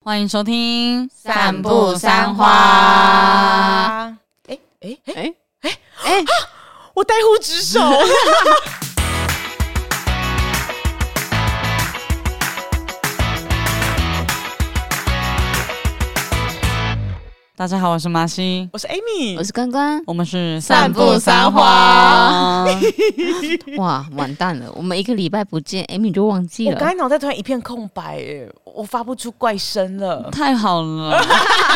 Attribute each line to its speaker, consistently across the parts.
Speaker 1: 欢迎收听《
Speaker 2: 散步三花》。
Speaker 3: 哎哎哎，
Speaker 2: 哎哎，
Speaker 3: 我带呼 职守。
Speaker 1: 大家好，我是麻西，
Speaker 3: 我是 Amy，
Speaker 2: 我是关关。
Speaker 1: 我们是哦
Speaker 2: 散步三
Speaker 1: 花。
Speaker 2: 花。哇，完蛋了！我们一个礼拜不见，Amy 就忘记
Speaker 3: 我刚
Speaker 2: 了
Speaker 3: 才。脑袋突然一片空白，哎，我发不出怪声 了
Speaker 1: 太好了，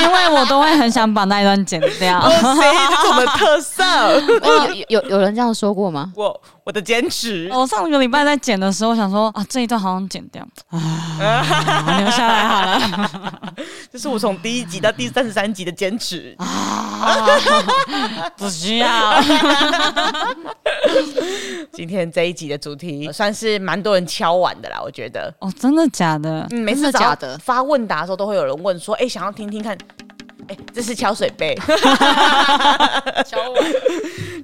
Speaker 1: 因为我都会很想把那一段剪掉
Speaker 3: 哦，。谁？这是我们的特色。
Speaker 2: 哎有有有人这样说过吗？
Speaker 3: 我我的坚持，
Speaker 1: 我上个礼拜在剪的时候，我想说啊，这一段好想剪掉啊，留下来好了。 啊
Speaker 3: 这是我从第一集到第三十三集的坚持。
Speaker 1: 不需要，
Speaker 3: 今天这一集的主题呃算是蛮多人敲碗的啦，我觉得。
Speaker 1: 哦，真的假的？
Speaker 3: 嗯，每次
Speaker 2: 真的
Speaker 3: 只要
Speaker 2: 假的
Speaker 3: 发问答的时候，都会有人问说：“哎、想要听听看，哎、这是敲水 杯。”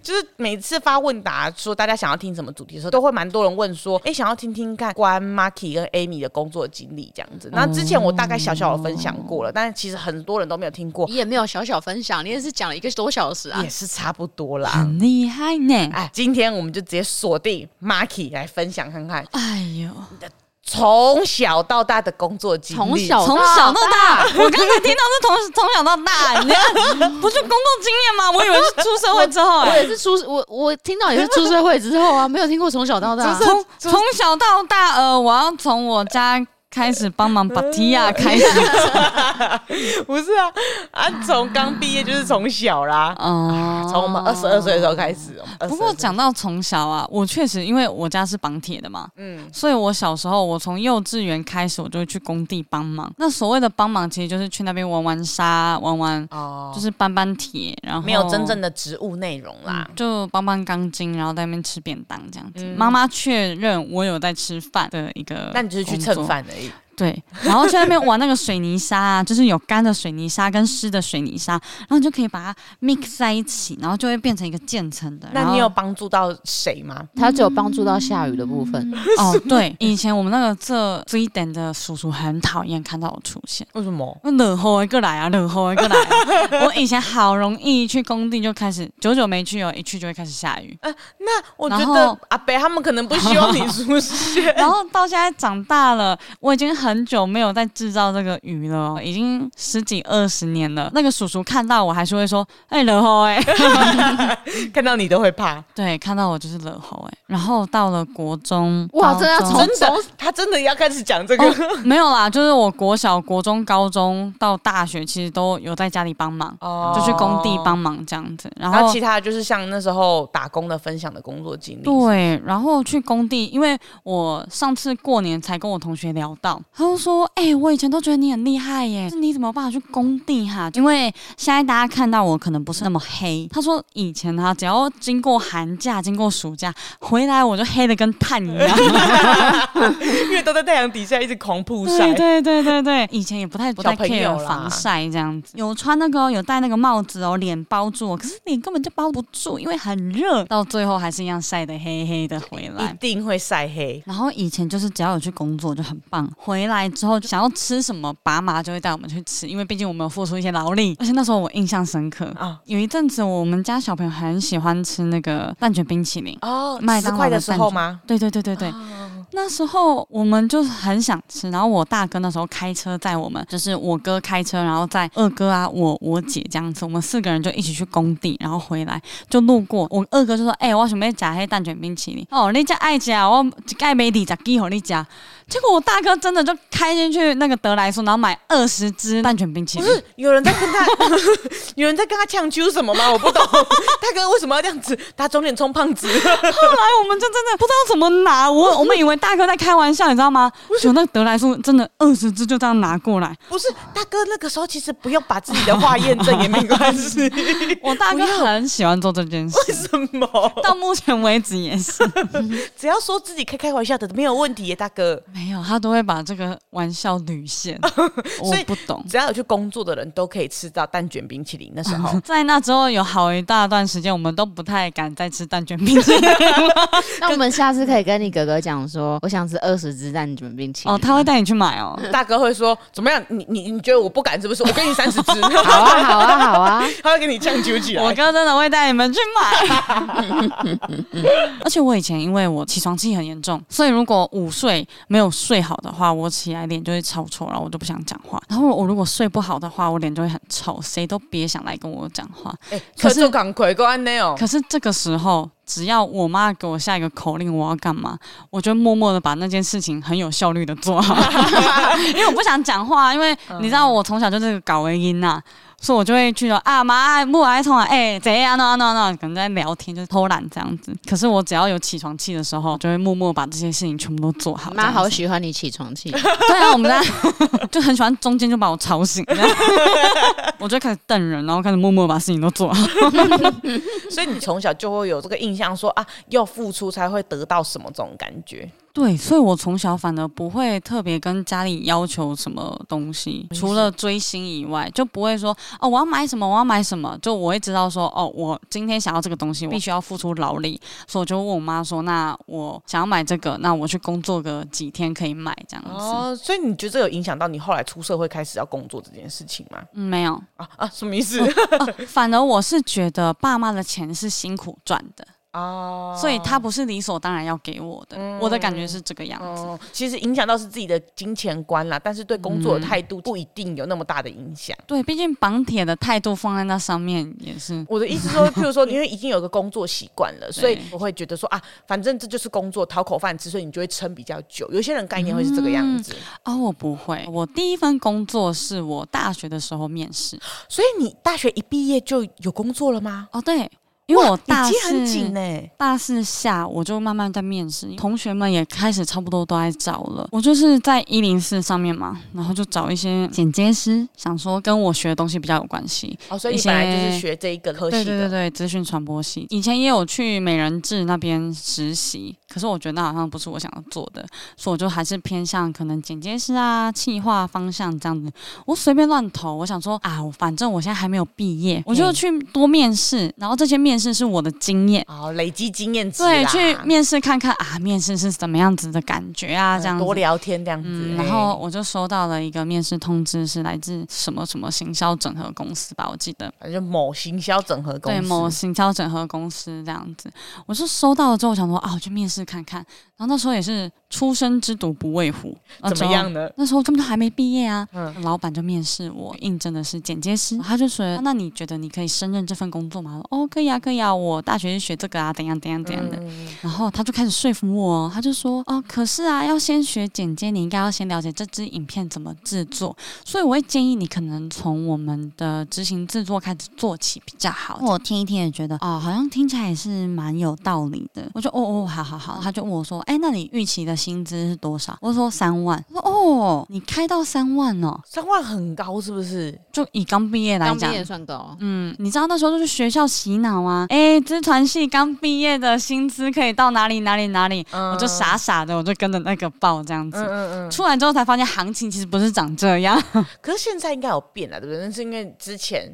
Speaker 3: 就是每次发问答说大家想要听什么主题的时候，都会蛮多人问说：“哎、想要听听看关 Marky 跟 Amy 的工作经历这样子。”那之前我大概小小的分享过
Speaker 2: 哦
Speaker 3: 了，但是其实很多人都没有听过
Speaker 2: 你，也没有小小分享，你也是讲了一个多小时啊
Speaker 3: 也。是差不多
Speaker 2: 嗯
Speaker 3: 啦。
Speaker 1: 很厉害呢。
Speaker 3: 哎，今天我们就直接锁定 Marky 来分享看看
Speaker 1: 哎呦，
Speaker 3: 从小到大的工作经历。
Speaker 2: 从小
Speaker 1: 从小到大，我刚才听到是从从小到大，你看不是工作经验吗？我以为是出社会之后、
Speaker 2: 我
Speaker 1: 哎
Speaker 2: 也是出我我听到也是出社会之后啊，没有听过从小到大。
Speaker 1: 从从小到大，呃，我要从我家开始帮忙把提亚开 始，
Speaker 3: 不是啊，啊，从刚毕业就是从小啦，
Speaker 1: 哦、
Speaker 3: 从我们二十二岁的时候开始。我 们
Speaker 1: 不过
Speaker 3: 22岁
Speaker 1: 讲到从小啊，我确实因为我家是绑铁的嘛，
Speaker 3: 嗯，
Speaker 1: 所以我小时候我从幼稚园开始我就会去工地帮忙。那所谓的帮忙，其实就是去那边玩玩沙，玩玩
Speaker 3: 哦，
Speaker 1: 就是搬搬铁，然后
Speaker 3: 没有真正的植物内容啦。
Speaker 1: 就帮帮钢筋，然后在那边吃便当这样子。妈妈确认我有在吃饭的一个，
Speaker 3: 那你就是去蹭，饭而已。
Speaker 1: 对，然后去那边玩那个水泥沙、啊，就是有干的水泥沙跟湿的水泥沙，然后你就可以把它 mix 在一起，然后就会变成一个渐层的。然
Speaker 3: 那
Speaker 1: 后
Speaker 3: 你有帮助到谁吗？
Speaker 2: 他只有帮助到下雨的部分，
Speaker 1: 哦？对，以前我们那个这这一点的叔叔很讨厌看到我出现。
Speaker 3: 为什么？
Speaker 1: 那冷后一个来啊，冷后一个来、啊。我以前好容易去工地就开始，久久没去哦，一去就会开始下雨。
Speaker 3: 呃那我觉
Speaker 1: 然
Speaker 3: 得
Speaker 1: 后。
Speaker 3: 阿北他们可能不希望你出现
Speaker 1: 然后到现在长大了，我已经很久没有在制造这个鱼了哦，已经十几二十年了。那个叔叔看到我还是会说：“哎、惹猴哎。
Speaker 3: 看到你都会怕，”
Speaker 1: 对，看到我就是惹猴哎。然后到了国中，
Speaker 2: 哇
Speaker 1: 高
Speaker 2: 这要
Speaker 1: 中
Speaker 2: 从
Speaker 3: 真的，他真的要开始讲这个。
Speaker 1: 没有啦，就是我国小、国中、高中到大学，其实都有在家里帮忙，
Speaker 3: 哦
Speaker 1: 就去工地帮忙这样子。然
Speaker 3: 然后
Speaker 1: 后
Speaker 3: 其他就是像那时候打工的分享的工作经历，
Speaker 1: 对，然后去工地，因为我上次过年才跟我同学聊到，他就说：“哎、我以前都觉得你很厉害耶，是你怎么有办法去工地哈？因为现在大家看到我可能不是那么黑。”他说：“以前啊，只要经过寒假、经过暑假回来，我就黑的跟炭一样。
Speaker 3: 因为都在太阳底下一直狂曝晒
Speaker 1: 对。对对对对，以前也不太不太
Speaker 3: 小朋友
Speaker 1: care
Speaker 3: 啦
Speaker 1: 防晒这样子，有穿那个哦有戴那个帽子哦，脸包住哦，可是脸根本就包不住，因为很热，到最后还是一样晒得黑黑的回来
Speaker 3: 一。定会晒黑，
Speaker 1: 然后以前就是只要有去工作就很棒，回来之后想要吃什么，爸妈就会带我们去吃，因为毕竟我们有付出一些劳
Speaker 3: 嗯
Speaker 1: 力。而且那时候我印象深刻
Speaker 3: 啊
Speaker 1: 啊，有一阵子我们家小朋友很喜欢吃那个蛋卷冰淇淋。
Speaker 3: 哦
Speaker 1: 麦
Speaker 3: 十
Speaker 1: 当劳
Speaker 3: 块的
Speaker 1: 的
Speaker 3: 时候
Speaker 1: 蛋卷
Speaker 3: 吗？
Speaker 1: 对对对对对，那时候我们就是很想吃，然后我大哥那时候开车载我们，就是我哥开车，然后载二哥啊，我我姐这样子，我们四个人就一起去工地，然后回来就路过，我二哥就说：“哎、我想要夹黑蛋卷冰淇淋。”哦，你家爱吃，我一盖没底，咋给好你夹？结哦果我大哥真的就开进去那个德莱速，然后买二十支蛋卷冰淇
Speaker 3: 不
Speaker 1: 淋。
Speaker 3: 是有人在跟他，有人在跟他呛啾什么吗？我不懂， 大哥为什么要这样子？他中年充胖子，
Speaker 1: 后来我们就真的不知道怎么拿，我我们以为大哥在开玩笑，你知道吗？就那个德莱速真的二十支就这样拿过来，
Speaker 3: 不是大哥那个时候其实不用把自己的话验证也没关系，为
Speaker 1: 我大哥很喜欢做这件 事，
Speaker 3: 什么？
Speaker 1: 到目前为止也是
Speaker 3: 只要说自己开开玩笑的没有问题耶，大哥。
Speaker 1: 没有，他都会把这个玩笑捋 线，我
Speaker 3: 以
Speaker 1: 不懂。
Speaker 3: 只要有去工作的人都可以吃到蛋卷冰淇淋。那时候
Speaker 1: 在那之后有好一大段时间，我们都不太敢再吃蛋卷 冰淇淋
Speaker 2: 那我们下次可以跟你哥哥讲说，我想吃二十只蛋卷冰淇淋。
Speaker 1: 哦，他会带你去买 哦。
Speaker 3: 大哥会说怎么样？你你你觉得我不敢是不是？我给你三 十只，
Speaker 2: 好啊，好啊，好 啊！
Speaker 3: 他会给你呛揪起来。
Speaker 1: 我哥真的会带你们去买。 而且我以前因为我起床气很严重，所以如果午睡没有睡好的话，我起来脸就会超臭，然后我就不想讲话。然后我如果睡不好的话，我脸就会很臭，谁都别想来跟我讲话。
Speaker 3: 哎
Speaker 1: 可
Speaker 3: 可
Speaker 1: 是
Speaker 3: 是港葵够安内哦，
Speaker 1: 可是这个时候，只要我妈给我下一个口令，我要干嘛，我就默默的把那件事情很有效率的做好，因为我不想讲话，啊因为你知道我从小就是个搞文音呐、所以我就会去说啊妈，木来冲啊，哎、怎样呢？呢呢，可能在聊天，就是偷懒这样子。可是我只要有起床气的时候，就会默默把这些事情全部都做好。
Speaker 2: 妈好
Speaker 1: 喜，
Speaker 2: 喜欢你起床气，
Speaker 1: 对啊，我们家 就很喜欢中间就把我吵醒， 这样我就开始瞪人，然后开始默默把事情都做好。
Speaker 3: 所以你从小就会有这个印象说啊，要付出才会得到什么这种感觉。
Speaker 1: 对，所以我从小反而不会特别跟家里要求什么东西，
Speaker 3: 没事
Speaker 1: 除了追星以外，就不会说哦，我要买什么，我要买什么。就我会知道说，哦，我今天想要这个东西，我必须要付出劳力，所以我就问我妈说，那我想要买这个，那我去工作个几天可以买这样子。
Speaker 3: 哦，所以你觉得这有影响到你后来出社会开始要工作这件事情吗？
Speaker 1: 嗯没有，
Speaker 3: 啊啊，什么意思？
Speaker 1: 反而我是觉得爸妈的钱是辛苦赚的，
Speaker 3: 哦，
Speaker 1: 所以他不是理所当然要给我的。我的感觉是这个样子。
Speaker 3: 哦， 其实影响到是自己的金钱观啦，但是对工作的态度不一定有那么大的影响。
Speaker 1: 对，毕竟绑铁的态度放在那上面也是。
Speaker 3: 我的意思说，譬如说，因为已经有个工作习惯了，所以
Speaker 1: 对
Speaker 3: 我会觉得说啊，反正这就是工作，讨口饭吃，所以你就会撑比较久。有些人概念会是这个样子，
Speaker 1: 哦，我不会。我第一份工作是我大学的时候面试。
Speaker 3: 所以你大学一毕业就有工作了吗？
Speaker 1: 哦，对，因为我
Speaker 3: 哇
Speaker 1: 大
Speaker 3: 你接很紧欸
Speaker 1: 四
Speaker 3: 呢、
Speaker 1: 大四下我就慢慢在面试，同学们也开始差不多都在找了。我就是在一零四上面嘛，然后就找一些剪接师，想说跟我学的东西比较有关系。
Speaker 3: 哦，所以
Speaker 1: 一
Speaker 3: 你
Speaker 1: 些
Speaker 3: 本来就是学这一个科
Speaker 1: 对
Speaker 3: 系的，
Speaker 1: 对对对，资讯传播系，以前也有去美人志那边实习，可是我觉得那好像不是我想要做的，所以我就还是偏向可能剪接师啊、企划方向这样子。我随便乱投，我想说啊，我反正我现在还没有毕业，我就去多面试，然后这些面试是我的经验。
Speaker 3: 哦，累积经验值啦，
Speaker 1: 对，去面试看看啊，面试是怎么样子的感觉啊，
Speaker 3: 嗯
Speaker 1: 这样子
Speaker 3: 多聊天这样子，
Speaker 1: 嗯，
Speaker 3: 哎
Speaker 1: 然后我就收到了一个面试通知，是来自什么什么行销整合公司吧，我记得。
Speaker 3: 反正某行销整合公
Speaker 1: 对
Speaker 3: 司，
Speaker 1: 某行销整合公司这样子。我是收到了之后，我想说啊，我去面试看看。然后那时候也是初生之犊不畏虎，那
Speaker 3: 怎
Speaker 1: 时候
Speaker 3: 么样呢？
Speaker 1: 那时候根本就还没毕业啊，
Speaker 3: 嗯
Speaker 1: 老板就面试我，应征的是剪接师，他就说：“啊那你觉得你可以胜任这份工作吗？”我说哦，可以啊，可以啊，我大学是学这个啊，怎样怎样怎
Speaker 3: 嗯
Speaker 1: 样的。然后他就开始说服我哦，他就说：“哦，可是啊，要先学剪接，你应该要先了解这支影片怎么制作，所以我会建议你可能从我们的执行制作开始做起比较好。”我听一听也觉得哦，好像听起来也是蛮有道理的。我就哦哦，好好好，他就问我说：“哎，那你预期的薪资是多少？”我说：“三万。”他说：“哦，你开到三万哦，
Speaker 3: 三万很高是不是？
Speaker 1: 就以刚毕业来
Speaker 2: 当
Speaker 1: 讲
Speaker 2: 兵。”也算高。
Speaker 1: 嗯，你知道那时候就是学校洗脑啊，哎，资传系刚毕业的薪资可以到哪里哪里哪里，
Speaker 3: 嗯
Speaker 1: 我就傻傻的，我就跟着那个报这样子。
Speaker 3: 嗯嗯嗯。
Speaker 1: 出来之后才发现行情其实不是长这样
Speaker 3: 可是现在应该有变了，对不对？那是因为之前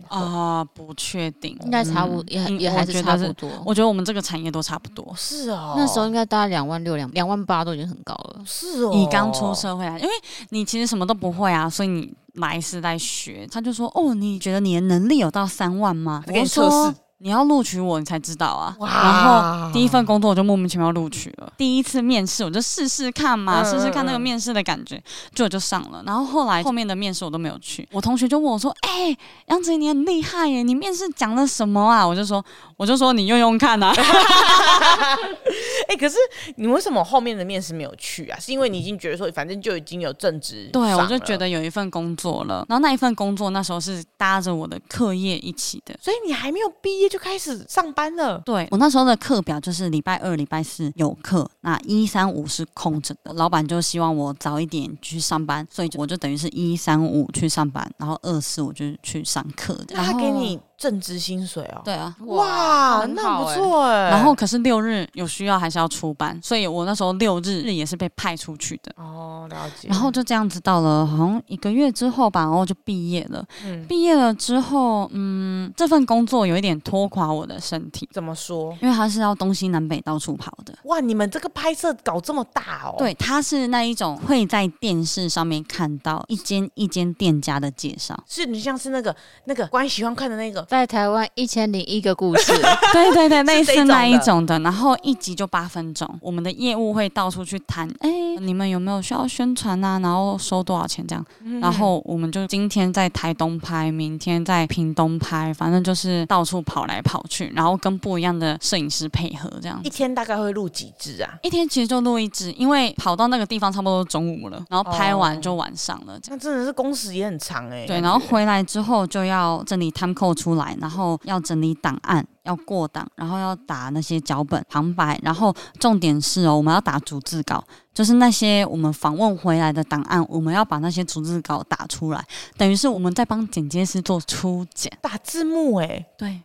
Speaker 1: 啊、
Speaker 3: 哦，
Speaker 1: 不确定。
Speaker 2: 应该差不也
Speaker 1: 嗯
Speaker 2: 也还是
Speaker 1: 我觉
Speaker 2: 差
Speaker 1: 得
Speaker 2: 不
Speaker 1: 是
Speaker 2: 多。
Speaker 1: 我觉得我们这个产业都差不多。
Speaker 3: 是哦，
Speaker 2: 那时候应该大概两万六、两两万八都已经很高了。
Speaker 3: 是哦，
Speaker 1: 你刚出社会啊，因为你其实什么都不会啊，所以你来是在学。他就说：“哦，你觉得你的能力有到三万吗？”
Speaker 3: 他给
Speaker 1: 我
Speaker 3: 你测
Speaker 1: 说
Speaker 3: 试：“
Speaker 1: 你要录取我，你才知道啊。”
Speaker 3: 哇，
Speaker 1: 然后第一份工作我就莫名其妙录取了，第一次面试我就试试看嘛，
Speaker 3: 嗯
Speaker 1: 试试看那个
Speaker 3: 嗯
Speaker 1: 面试的感觉，就我就上了。然后后来后面的面试我都没有去，我同学就问我说：“哎、杨子怡你很厉害耶，你面试讲了什么啊？”我就说：“我就说你用用看啊。
Speaker 3: 哎、可是你为什么后面的面试没有去啊？是因为你已经觉得说，反正就已经有正职”
Speaker 1: 对，我
Speaker 3: 上
Speaker 1: 就
Speaker 3: 了
Speaker 1: 觉，得有一份工作了，然后那一份工作那时候是搭着我的课业一起的。
Speaker 3: 所以你还没有毕业就开始上班了。
Speaker 1: 对我那时候的课表就是礼拜二、礼拜四有课，那一三五是空着的。老板就希望我早一点去上班，所以就我就等于是一三五去上班，然后二四我就去上课。
Speaker 3: 那
Speaker 1: 然
Speaker 3: 他
Speaker 1: 后
Speaker 3: 给你正职薪水哦。
Speaker 1: 对啊。
Speaker 3: 哇，
Speaker 2: 很
Speaker 3: 那
Speaker 2: 好
Speaker 3: 很不
Speaker 2: 欸
Speaker 3: 错哎、
Speaker 1: 然后可是六日有需要还是要出班，所以我那时候六日日也是被派出去的。
Speaker 3: 哦，了解。
Speaker 1: 然后就这样子到了好像一个月之后吧，然后就毕业了。
Speaker 3: 嗯，
Speaker 1: 毕业了之后，嗯，这份工作有一点拖垮我的身体，
Speaker 3: 怎么说？
Speaker 1: 因为它是要东西南北到处跑的。
Speaker 3: 哇，你们这个拍摄搞这么大哦？，。
Speaker 1: 对，它是那一种会在电视上面看到一间一间店家的介绍
Speaker 3: 是你像是那个那个关喜欢看的那个，
Speaker 2: 在台湾一千零一个故 事，
Speaker 1: 对对对，类
Speaker 3: 这
Speaker 1: 似
Speaker 3: 种
Speaker 1: 那一
Speaker 3: 的
Speaker 1: 种的。然后一集就八分钟，我们的业务会到处去谈，哎，你们有没有需要宣传啊？然后收多少钱这样？然后我们就今天在台东拍，明天在屏东拍，反正就是到处跑来跑去，然后跟不一样的摄影师配合这样
Speaker 3: 一
Speaker 1: 子。
Speaker 3: 天大概会录几支啊？
Speaker 1: 一天其实就录一支，因为跑到那个地方差不多中午了，然后拍
Speaker 3: 哦
Speaker 1: 完就晚上了。这样
Speaker 3: 那真的是工时也很长哎、
Speaker 1: 对，然后回来之后就要整理 time code 出来，然后要整理档案，要过档，然后要打那些脚本旁白，然后重点是哦，我们要打逐字稿，就是那些我们访问回来的档案，我们要把那些逐字稿打出来，等于是我们在帮剪接师做初剪。
Speaker 3: 打字幕哎、
Speaker 1: 对，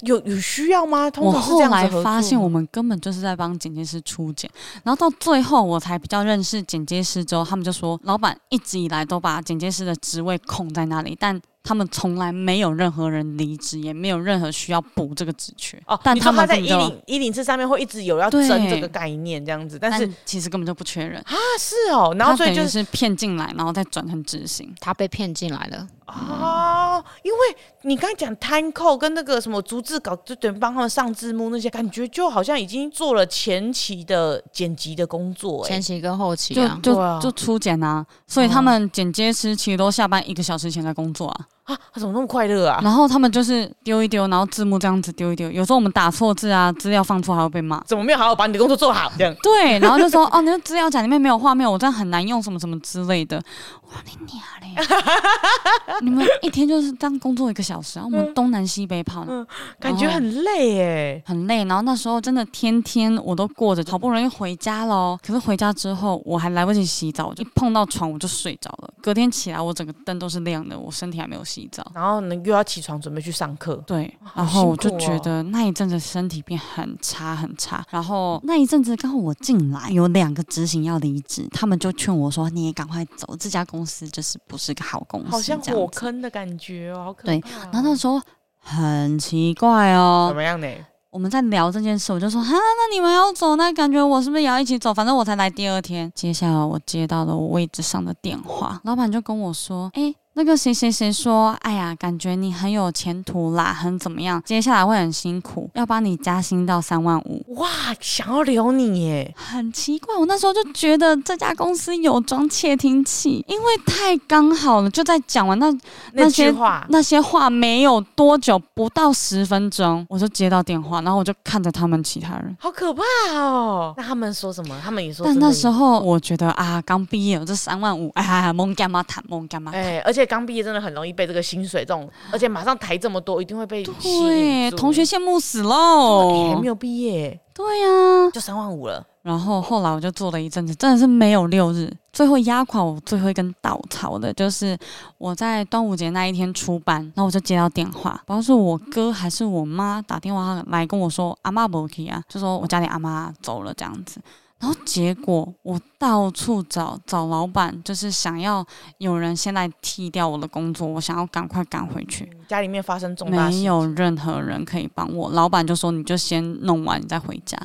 Speaker 3: 有有需要吗？通
Speaker 1: 我
Speaker 3: 常是这
Speaker 1: 后
Speaker 3: 样子
Speaker 1: 来
Speaker 3: 合作
Speaker 1: 发现
Speaker 3: 吗
Speaker 1: 我们根本就是在帮剪接师初剪，然后到最后我才比较认识剪接师之后，他们就说，老板一直以来都把剪接师的职位空在那里，但他们从来没有任何人离职，也没有任何需要补这个职缺。
Speaker 3: 哦，
Speaker 1: 但
Speaker 3: 你说
Speaker 1: 他们
Speaker 3: 在
Speaker 1: 根
Speaker 3: 一
Speaker 1: 本就
Speaker 3: 零一零四上面会一直有要
Speaker 1: 对
Speaker 3: 争这个概念这样子，但
Speaker 1: 但
Speaker 3: 是
Speaker 1: 其实根本就不缺人，
Speaker 3: 啊是哦，然后
Speaker 1: 他
Speaker 3: 所以
Speaker 1: 等于
Speaker 3: 就是
Speaker 1: 是骗进来，然后再转成执行。
Speaker 2: 他被骗进来了。
Speaker 3: 哦，因为你刚才讲 time code 跟那个什么逐字稿，就等于帮他们上字幕那些，感觉就好像已经做了前期的剪辑的工作、欸，
Speaker 2: 前
Speaker 3: 哎，
Speaker 2: 期跟后期
Speaker 1: 就
Speaker 2: 啊，
Speaker 1: 就、
Speaker 3: 对啊
Speaker 1: 就初剪啊，所
Speaker 3: 哦
Speaker 1: 以他们剪接师其实都下班一个小时前在工作啊，
Speaker 3: 啊，他怎么那么快乐啊？
Speaker 1: 然后他们就是丢一丢，然后字幕这样子丢一丢，有时候我们打错字啊，资料放错还会被骂。
Speaker 3: 怎么没有好好把你的工作做好？这样
Speaker 1: 对，然后就说 哦，你的资料夹里面没有画面，我这样很难用什么什么之类的。我说你娘嘞！你们一天就是这样工作一个小时，然后我们东南西北跑，
Speaker 3: 嗯感觉很累哎、
Speaker 1: 很累。然后那时候真的天天我都过着，好不容易回家喽。可是回家之后，我还来不及洗澡，我就一碰到床我就睡着了。隔天起来，我整个灯都是亮的，我身体还没有洗澡。
Speaker 3: 然后呢，又要起床准备去上课，
Speaker 1: 对，
Speaker 3: 好
Speaker 1: 然后
Speaker 3: 辛
Speaker 1: 我就
Speaker 3: 苦
Speaker 1: 觉
Speaker 3: 哦
Speaker 1: 得那一阵子身体变很差很差，然后那一阵子刚好我进来有两个执行要离职，他们就劝我说你也赶快走，这家公司就是不是个好公司，
Speaker 3: 好像
Speaker 1: 这样
Speaker 3: 火
Speaker 1: 子。
Speaker 3: 坑的感觉哦，好可怕。
Speaker 1: 对然后那时候很奇怪哦
Speaker 3: 怎，么样呢？
Speaker 1: 我们在聊这件事，我就说哈，那你们要走，那感觉我是不是也要一起走？反正我才来第二天。接下来我接到了我位置上的电话，老板就跟我说，诶，那个谁谁谁说，哎呀，感觉你很有前途啦，很怎么样？接下来会很辛苦，要帮你加薪到三万五。
Speaker 3: 哇，啊想要留你耶！
Speaker 1: 很奇怪，我那时候就觉得这家公司有装窃听器，因为太刚好了。就在讲完那那
Speaker 3: 那
Speaker 1: 些
Speaker 3: 句话，
Speaker 1: 那些话没有多久，不到十分钟，我就接到电话，然后我就看着他们其他人。
Speaker 3: 好可怕哦！那他们说什么？他们也说
Speaker 1: 但
Speaker 3: 真的
Speaker 1: 那
Speaker 3: 有，
Speaker 1: 时候我觉得啊，刚毕业，我这三万五，哎呀，蒙干嘛谈，蒙干嘛谈。
Speaker 3: 哎、而且刚毕业真的很容易被这个薪水这种，而且马上抬这么多，一定会被吸
Speaker 1: 对，
Speaker 3: 引住
Speaker 1: 同学羡慕死
Speaker 3: 哦还
Speaker 1: 喽
Speaker 3: 没。有毕业
Speaker 1: 对呀、
Speaker 3: 就三万五了，
Speaker 1: 然后后来我就做了一阵子，真的是没有六日。最后压垮我最后一根稻草的，就是我在端午节那一天出班，然后我就接到电话，不知道是我哥还是我妈打电话来跟我说阿妈不去啊，就说我家里阿妈走了这样子。然后结果我到处找找老板，就是想要有人先来替掉我的工作，我想要赶快赶回去，
Speaker 3: 嗯家里面发生重大事
Speaker 1: 没
Speaker 3: 情，
Speaker 1: 有任何人可以帮我。老板就说你就先弄完你再回家。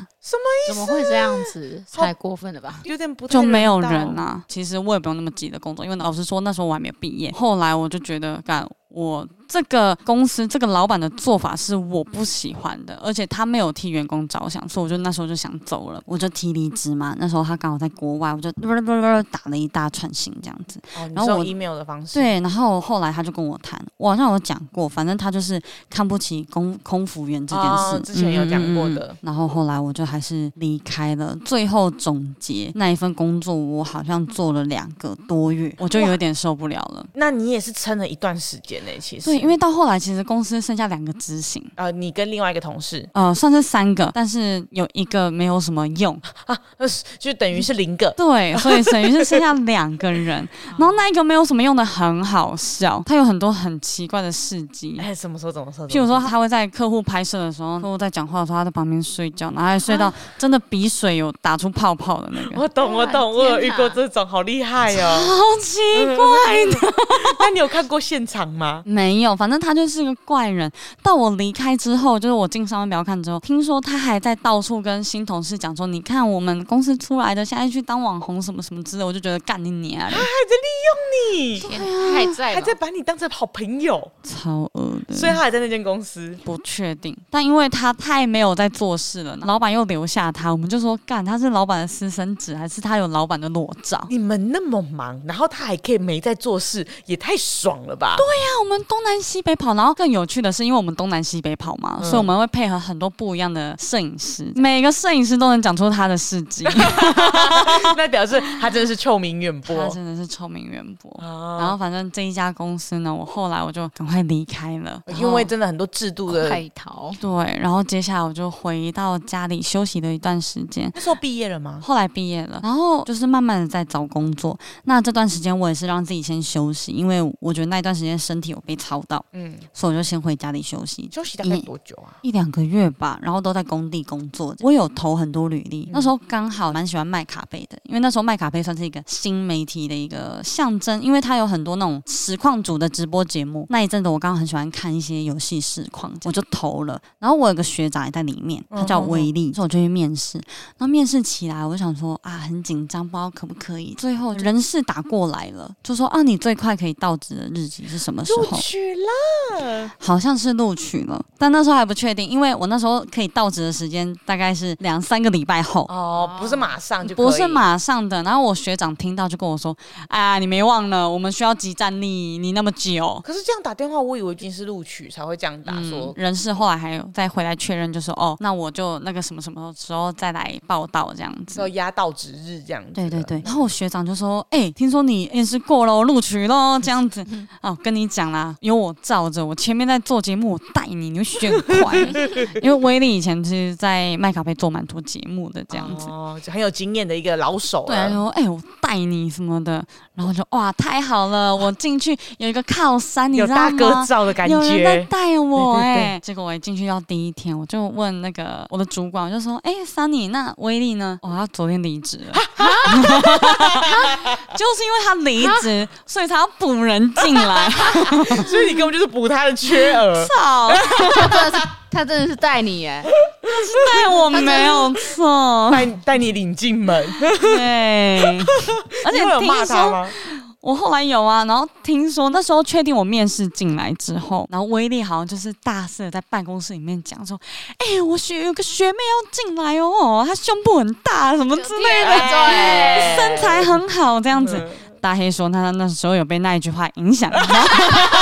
Speaker 2: 怎么会这样子？太过分了吧？
Speaker 3: 有点不太
Speaker 1: 就没有
Speaker 3: 人道
Speaker 1: 人啊呐、其实我也不用那么急的工作，因为老实说，那时候我还没有毕业。后来我就觉得，干我这个公司这个老板的做法是我不喜欢的，而且他没有替员工着想，所以我就那时候就想走了，我就提离职嘛。那时候他刚好在国外，我就 打了一大串信这样子。
Speaker 3: 哦，你
Speaker 1: 然后我
Speaker 3: 用 email 的方式，
Speaker 1: 对，然后后来他就跟我谈，我好像有讲过，反正他就是看不起空空服员这件事，
Speaker 3: 哦之前有讲过的
Speaker 1: 嗯嗯嗯然后后来我就还是离开了。最后总结那一份工作，我好像做了两个多月，我就有点受不了了。
Speaker 3: 那你也是撑了一段时间呢、其实
Speaker 1: 对，因为到后来其实公司剩下两个执行，
Speaker 3: 呃，你跟另外一个同事，
Speaker 1: 呃，算是三个，但是有一个没有什么用，
Speaker 3: 呃，就等于是零个。
Speaker 1: 对，所以等于是剩下两个 人，然后那一个没有什么用的很好笑，他有很多很奇怪的事迹。
Speaker 3: 哎，什么时候怎么说？
Speaker 1: 譬如说，他会在客户拍摄的时候，客户在讲话的时候，他在旁边睡觉，然后还睡到真的鼻水有打出泡泡的那个，
Speaker 3: 我懂，我懂，我有遇过
Speaker 2: 天哪
Speaker 3: 这种，好厉害哦！ 嗯哎
Speaker 1: 好奇怪的。
Speaker 3: 那你有看过现 场吗？
Speaker 1: 没有，反正他就是个怪人。到我离开之后，就是我进上班表看之后，听说他还在到处跟新同事讲说：“你看我们公司出来的，现在去当网红什么什么之类。”我就觉得干你娘嘞，
Speaker 3: 你
Speaker 2: 天哎还在
Speaker 3: 还
Speaker 2: 吗
Speaker 3: 在把你当成好朋友，
Speaker 1: 超恶的。
Speaker 3: 所以他还在那间公司。
Speaker 1: 不确定，但因为他太没有在做事了，老板又留下他，我们就说干他是老板的私生子，还是他有老板的裸照？
Speaker 3: 你们那么忙，然后他还可以没在做事，也太爽了吧？对，
Speaker 1: 我们东南西北跑，然后更有趣的是，因为我们东南西北跑嘛，
Speaker 3: 嗯
Speaker 1: 所以我们会配合很多不一样的摄影师，每个摄影师都能讲出他的事 迹，
Speaker 3: 那表示他真的是臭名远播
Speaker 1: 他真的是臭名远播。然
Speaker 3: 啊！
Speaker 1: 后反正这一家公司呢，我后来我就赶快离开了，
Speaker 3: 哦因为真的很多制度的，
Speaker 2: 快逃！
Speaker 1: 对，然后接下来我就回到家里休息了一段时间。
Speaker 3: 那时候毕业了吗？
Speaker 1: 后来毕业了，然后就是慢慢的在找工作。那这段时间我也是让自己先休息，因为我觉得那一段时间身体有被操到，
Speaker 3: 嗯，
Speaker 1: 所以我就先回家里休息
Speaker 3: 休息大概多久啊？
Speaker 1: 一两个月吧，然后都在工地工作。我有投很多履历，
Speaker 3: 嗯
Speaker 1: 那时候刚好蛮喜欢麦卡贝的，因为那时候麦卡贝算是一个新媒体的一个象征，因为它有很多那种实况组的直播节目。那一阵子我刚好很喜欢看一些游戏实况，我就投了。然后我有个学长也在里面，嗯他叫威力，所以我就去面试。然后面试起来，我就想说啊，很紧张，不知道可不可以。最后人事打过来了，就说啊，你最快可以到职的日期是什么时候
Speaker 3: 录？取了，
Speaker 1: 好像是录取了，但那时候还不确定，因为我那时候可以到职的时间大概是两三个礼拜后，
Speaker 3: 哦，不是马上就可以
Speaker 1: 不是马上的。然后我学长听到就跟我说：“啊，你没忘了，我们需要集战力，你那么久。
Speaker 3: 可是这样打电话，我以为已经是录取才会这样打
Speaker 1: 嗯，。
Speaker 3: 说
Speaker 1: 人事后来还有再回来确认，就说哦，那我就那个什么什么时候再来报道这样
Speaker 3: 是要
Speaker 1: 子。
Speaker 3: 压到值日这样子，
Speaker 1: 对对对， 然后我学长就说：“哎、听说你面试过了，录取 喽，这样子哦，跟你讲啦，有我罩着，我前面在做节目，我带你，你会学很 快。因为威力以前其实，在麦卡贝做蛮多节目的这样子。
Speaker 3: 哦，就很有经验的一个老手啊
Speaker 1: 对，他
Speaker 3: 了。
Speaker 1: 说：“哎、我带你什么的。”然后我就哇，太好了！我进去有一个靠山，你
Speaker 3: 有
Speaker 1: 知
Speaker 3: 大
Speaker 1: 道
Speaker 3: 哥
Speaker 1: 吗？
Speaker 3: 照的感
Speaker 1: 有人在
Speaker 3: 觉，
Speaker 1: 带我
Speaker 3: 对对
Speaker 1: 哎、
Speaker 3: 对
Speaker 1: 结果我一进去到第一天，我就问那个我的主管，我就说：“哎、桑尼，那威力呢？哦，他昨天离职了， 就是因为他离职，所以才要补人进来。。
Speaker 3: 所以你根本就是补他的缺 额
Speaker 1: 操，
Speaker 2: 他真的是，他真的是带你耶！
Speaker 1: 带 我没有错，
Speaker 3: 带带你领进门，
Speaker 1: 对。而且
Speaker 3: 你会有骂
Speaker 1: 听
Speaker 3: 他
Speaker 1: 说
Speaker 3: 吗？
Speaker 1: 我后来有啊，然后听说那时候确定我面试进来之后，然后威力好像就是大肆的在办公室里面讲说：“哎、我学有个学妹要进来哦，她胸部很大，什么之类的，
Speaker 2: 对
Speaker 1: 身材很好这样子。
Speaker 3: 哎嗯
Speaker 1: 大黑说：“他那时候有被那一句话影响，然后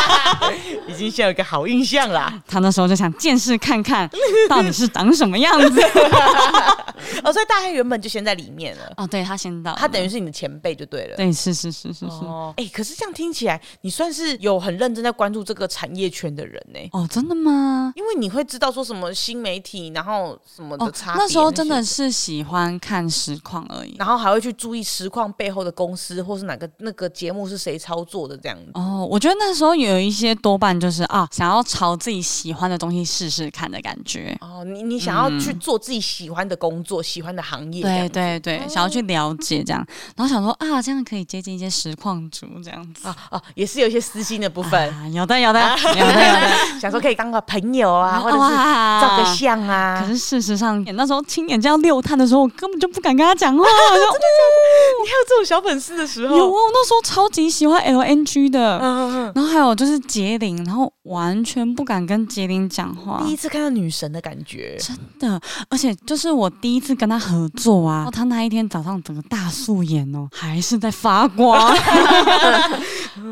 Speaker 3: 已经先有一个好印象啦。
Speaker 1: 他那时候就想见识看看到底是长什么样 子。
Speaker 3: 哦，所以大黑原本就先在里面了”，
Speaker 1: 哦，对他先到了，
Speaker 3: 他等于是你的前辈就对了。
Speaker 1: 对，是是是是是。
Speaker 3: 哦，哎、可是这样听起来，你算是有很认真在关注这个产业圈的人呢、
Speaker 1: 哦，真的吗？
Speaker 3: 因为你会知道说什么新媒体，然后什么的
Speaker 1: 哦
Speaker 3: 差、，别
Speaker 1: 那时候真
Speaker 3: 些
Speaker 1: 的是喜欢看实况而已。
Speaker 3: 然后还会去注意实况背后的公司，或是哪个那个节目是谁操作的这样子。
Speaker 1: 哦，我觉得那时候有一些多半就是啊，想要朝自己喜欢的东西试试看的感觉。
Speaker 3: 哦，你你想要去做自己喜欢的工作、喜欢的行业，
Speaker 1: 对对对，想要去了解这样，然后想说啊，这样可以接近一些实况主这样 子。
Speaker 3: 啊啊，也是有一些私心的部 分，
Speaker 1: 啊，有的有的有的有 的，
Speaker 3: 想说可以当个朋友啊，或者 是
Speaker 1: 哇
Speaker 3: 照个相啊
Speaker 1: 可。是事实上，那时候亲眼见到六探的时候，我根本就不敢跟他讲话。我 说
Speaker 3: 你还有这种小本事的时
Speaker 1: 有啊，我那时候超级喜欢 LNG 的，
Speaker 3: 哦嗯嗯
Speaker 1: 然后还有就是杰林，然后完全不敢跟杰林讲话。
Speaker 3: 嗯，第一次看到女神的感觉，
Speaker 1: 的，而且就是我第一次跟他合作啊，然哦 后他那一天早上整个大素颜哦，还是在发光，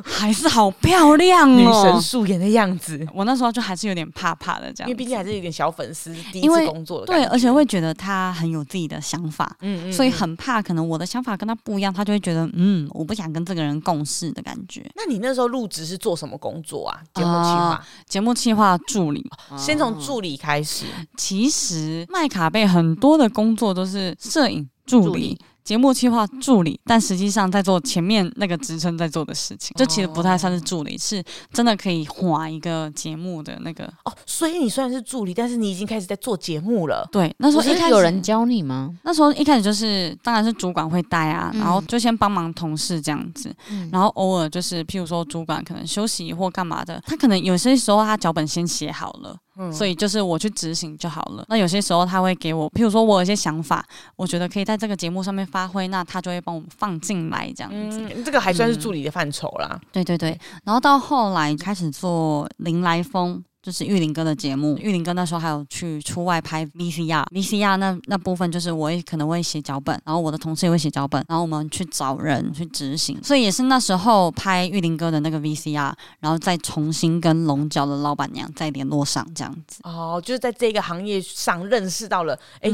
Speaker 1: 还是好漂亮
Speaker 3: 女神
Speaker 1: 哦。
Speaker 3: 素颜的样子，
Speaker 1: 我那时候就还是有点怕怕的这样
Speaker 3: 因为毕
Speaker 1: 子，
Speaker 3: 竟还是有点小粉丝，第一
Speaker 1: 因
Speaker 3: 次
Speaker 1: 为
Speaker 3: 工作的感
Speaker 1: 对，
Speaker 3: 觉
Speaker 1: 而且会觉得他很有自己的想法，
Speaker 3: 嗯
Speaker 1: 所以。很怕可能我的想法跟他不一样，他就会觉得嗯，我不想跟这个人共事的感觉。
Speaker 3: 那你那时候入职是做什么工作啊？节目企划，
Speaker 1: 节目企划助理，
Speaker 2: 嗯
Speaker 3: 先从助理开始。
Speaker 1: 其实麦卡贝很多的工作都是摄影助
Speaker 2: 助
Speaker 1: 理
Speaker 2: 理、
Speaker 1: 节目企划助理，但实际上在做前面那个职称在做的事情，就其实不太算是助理，是真的可以划一个节目的那个。
Speaker 3: 哦，所以你虽然是助理，但是你已经开始在做节目了。
Speaker 1: 对，那时
Speaker 2: 不
Speaker 1: 候一
Speaker 2: 是
Speaker 1: 开始
Speaker 2: 有人教你吗？
Speaker 1: 那时候一开始就是，当然是主管会带啊，
Speaker 2: 嗯
Speaker 1: 然后就先帮忙同事这样子，
Speaker 2: 嗯
Speaker 1: 然后偶尔就是，譬如说主管可能休息或干嘛的，他可能有些时候他脚本先写好了，
Speaker 3: 嗯，
Speaker 1: 所以就是我去执行就好了。那有些时候他会给我，譬如说我有一些想法，我觉得可以在这个节目上面发挥，那他就会帮我们放进来这样子。
Speaker 3: 嗯，这个还算是助理的范畴啦。
Speaker 1: 对对对，然后到后来开始做林来疯。就是玉林哥的节目，玉林哥那时候还有去出外拍 VCR，VCR 那那部分就是我也可能会写脚本，然后我的同事也会写脚本，然后我们去找人去执行，所以也是那时候拍玉林哥的那个 VCR，然后再重新跟龙角的老板娘再联络上这样子。
Speaker 3: 哦，就是在这个行业上认识到了，哎、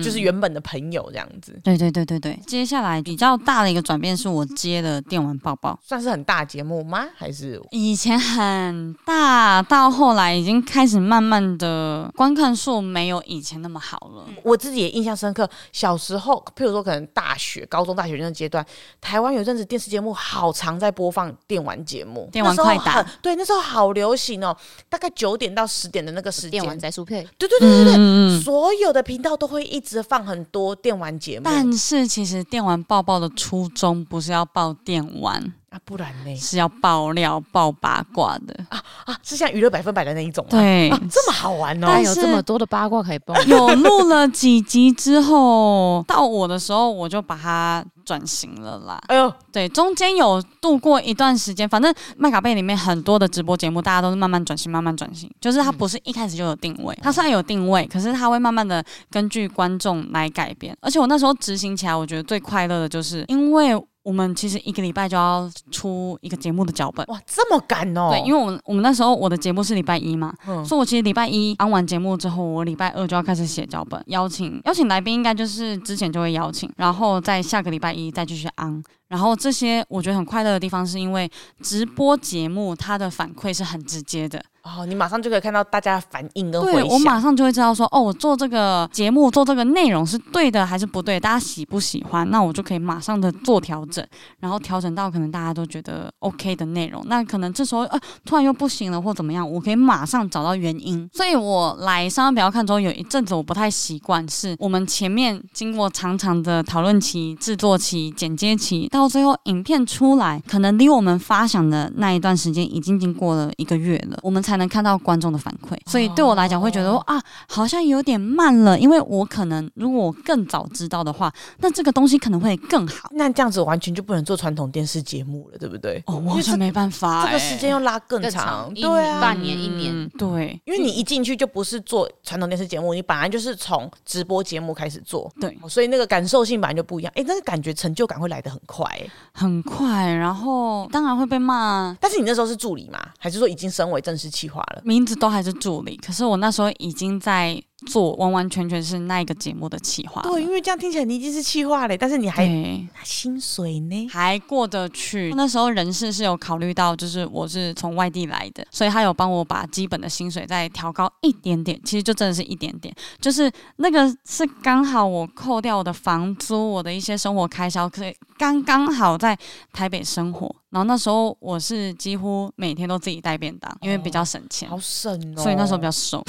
Speaker 3: 就是原本的朋友这样子，
Speaker 1: 对对对对对，接下来比较大的一个转变是我接了电玩抱抱。
Speaker 3: 算是很大节目吗？还是
Speaker 1: 以前很大，到后来已经开始慢慢的观看数没有以前那么好了。
Speaker 3: 我自己也印象深刻，小时候，譬如说可能大学、高中、大学那个阶段，台湾有一阵子电视节目好常在播放电玩节目，
Speaker 1: 电玩
Speaker 3: 那时候
Speaker 1: 快打
Speaker 3: 很，对，那时候好流行哦，大概九点到十点的那个时间
Speaker 2: 电，玩宅速配，
Speaker 3: 对对对对对，
Speaker 1: 嗯，
Speaker 3: 所有的频道都会一直放很多电玩节目，
Speaker 1: 但是其实电玩抱抱的初衷不是要爆电玩，
Speaker 3: 啊，不然呢？
Speaker 1: 是要爆料、爆八卦的。
Speaker 3: 啊，是像娱乐百分百的那一种、啊，
Speaker 1: 对，
Speaker 3: 啊，这么好玩哦，
Speaker 1: 但
Speaker 2: 还
Speaker 1: 是。
Speaker 2: 有这么多的八卦可以爆
Speaker 1: 有录了几集之后，到我的时候我就把它转型了啦。
Speaker 3: 哎呦，
Speaker 1: 对，中间有度过一段时间，反正麦卡贝里面很多的直播节目，大家都是慢慢转型，慢慢转型，就是它不是一开始就有定位，它虽然有定位，可是它会慢慢的根据观众来改变。而且我那时候执行起来，我觉得最快乐的就是，因为我们其实一个礼拜就要出一个节目的脚本。
Speaker 3: 哇，这么赶哦，
Speaker 1: 对，因为我们我们那时候我的节目是礼拜一嘛，
Speaker 3: 嗯
Speaker 1: 所以我其实礼拜一安完节目之后，我礼拜二就要开始写脚本，邀请邀请来宾应该就是之前就会邀请，然后在下个礼拜一再继续安。然后这些我觉得很快乐的地方，是因为直播节目它的反馈是很直接的，
Speaker 3: 哦，你马上就可以看到大家的反应跟
Speaker 1: 对
Speaker 3: 回
Speaker 1: 我
Speaker 3: 响。
Speaker 1: 马上就会知道说，哦，我做这个节目做这个内容是对的还是不对，大家喜不喜欢？那我就可以马上的做调整，然后调整到可能大家都觉得 OK 的内容。那可能这时候呃突然又不行了或怎么样，我可以马上找到原因。所以我来上班不要看之后，有一阵子我不太习惯，是我们前面经过长长的讨论期、制作期、剪接期，到最后影片出来，可能离我们发想的那一段时间已经经过了一个月了，我们才能看到观众的反馈。所以对我来讲，会觉得说啊，好像有点慢了，因为我可能如果我更早知道的话，那这个东西可能会更好。
Speaker 3: 那这样子完全就不能做传统电视节目了，对不对？
Speaker 1: 哦，我好像没办法、欸嗯
Speaker 3: 这个时间
Speaker 1: 要
Speaker 3: 要拉哎更
Speaker 2: 更
Speaker 3: 长，
Speaker 2: 长一
Speaker 3: 对啊，
Speaker 2: 半年一年，
Speaker 1: 对。
Speaker 3: 因为你一进去就不是做传统电视节目，你本来就是从直播节目开始做，
Speaker 1: 对，
Speaker 3: 所以那个感受性本来就不一样。哎，那个感觉成就感会来得很快。诶
Speaker 1: 很快，然后当然会被骂啊，
Speaker 3: 但是你那时候是助理嘛，还是说已经升为正式企划了？
Speaker 1: 名字都还是助理，可是我那时候已经在做完完全全是那一个节目的企划了，
Speaker 3: 对，因为这样听起来你已经是企划嘞，但是你还
Speaker 1: 对，
Speaker 3: 那哦薪水呢？
Speaker 1: 还过得去。那时候人事是有考虑到，就是我是从外地来的，所以他有帮我把基本的薪水再调高一点点，其实就真的是一点点，就是那个是刚好我扣掉我的房租、我的一些生活开销，可以刚刚好在台北生活。然后那时候我是几乎每天都自己带便当，因为比较省钱。
Speaker 3: 好省哦！
Speaker 1: 所以那时候比较瘦，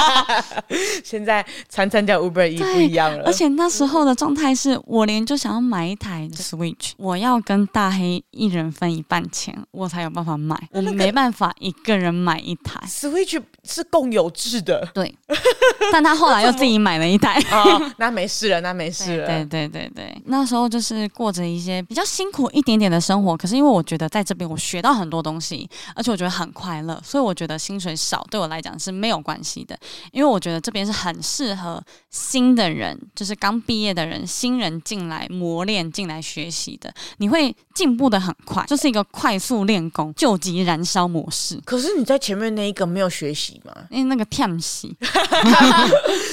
Speaker 3: 现在参参加 Uber E
Speaker 1: 对
Speaker 3: 不一样了，
Speaker 1: 而且那时候的状态是我连就想要买一台 Switch，我要跟大黑一人分一半钱，我才有办法买，我
Speaker 3: 那个。
Speaker 1: 没办法一个人买一台
Speaker 3: Switch 是共有制的，
Speaker 1: 对，但他后来又自己买了一台。
Speaker 3: 哦，那没事了，那没事了。
Speaker 1: 对对对对，那时候就是过着一些比较辛苦一点点的生活，可是因为我觉得在这边我学到很多东西，而且我觉得很快乐，所以我觉得薪水少对我来讲是没有关系的，因为我觉得这边是很适合新的人，就是刚毕业的人、新人进来磨练、进来学习的，你会进步的很快，就是一个快速练功、救急燃烧模式。
Speaker 3: 可是你在前面那一个没有学习嘛，
Speaker 1: 因为那个跳戏，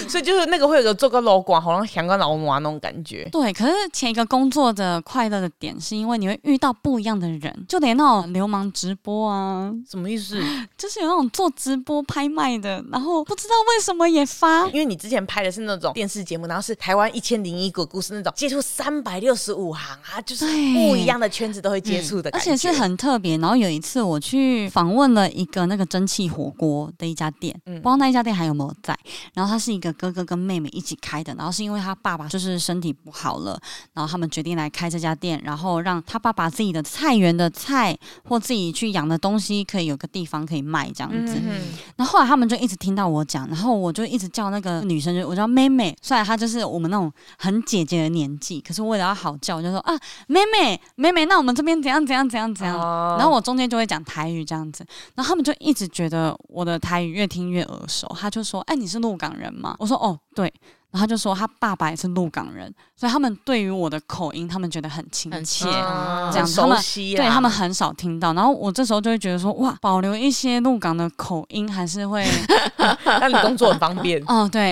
Speaker 3: 所以就是那个会有个做个老广，好像香港老娃那种感觉。
Speaker 1: 对，可是前一个工作的快乐的点，是因为你会遇到不一样的人，就连那种流氓直播啊，
Speaker 3: 什么意思？
Speaker 1: 就是有那种做直播拍卖的，然后不知道为什么也发，
Speaker 3: 因为你之前拍的是那种电视节目，然后是台湾一千零一个故事那种，接触三百六十五行啊，就是
Speaker 1: 对嗯
Speaker 3: 不一样的圈子都会接触的
Speaker 1: 而
Speaker 3: 感觉、哦
Speaker 1: 且是很特别。然后有一次我去访问了一个那个蒸汽火锅的一家店，
Speaker 3: 嗯
Speaker 1: 不知道那一家店还有没有在。然后他是一个哥哥跟妹妹一起开的，然后是因为他爸爸就是身体不好了，然后他们决定来开这家店，然后让他爸爸自己的菜园的菜或自己去养的东西可以有个地方可以卖这样子。
Speaker 3: 嗯
Speaker 1: 然后后来他们就一直听到我讲，然后我就一直叫那个女生，就我叫妹妹。虽然她就是我们那种很姐姐的年纪，可是为了要好叫，我就说啊，妹妹，妹妹，那我们这边怎样怎样怎样怎样。
Speaker 3: 哦
Speaker 1: 然后我中间就会讲台语这样子，然后他们就一直觉得我的台语越听越耳熟，他就说：“哎，你是鹿港人吗？”我说：“哦，对。”然后他就说他爸爸也是鹿港人，所以他们对于我的口音，他们觉得很亲
Speaker 2: 很
Speaker 1: 切。
Speaker 2: 亲切
Speaker 3: 啊
Speaker 2: 嗯
Speaker 1: 这样他
Speaker 3: 熟
Speaker 1: 们
Speaker 3: 悉、啊，
Speaker 1: 对 他们很少听到，然后我这时候就会觉得说，哇，保留一些鹿港的口音还是 会，。
Speaker 3: 让你工作很方便
Speaker 1: 哦，对，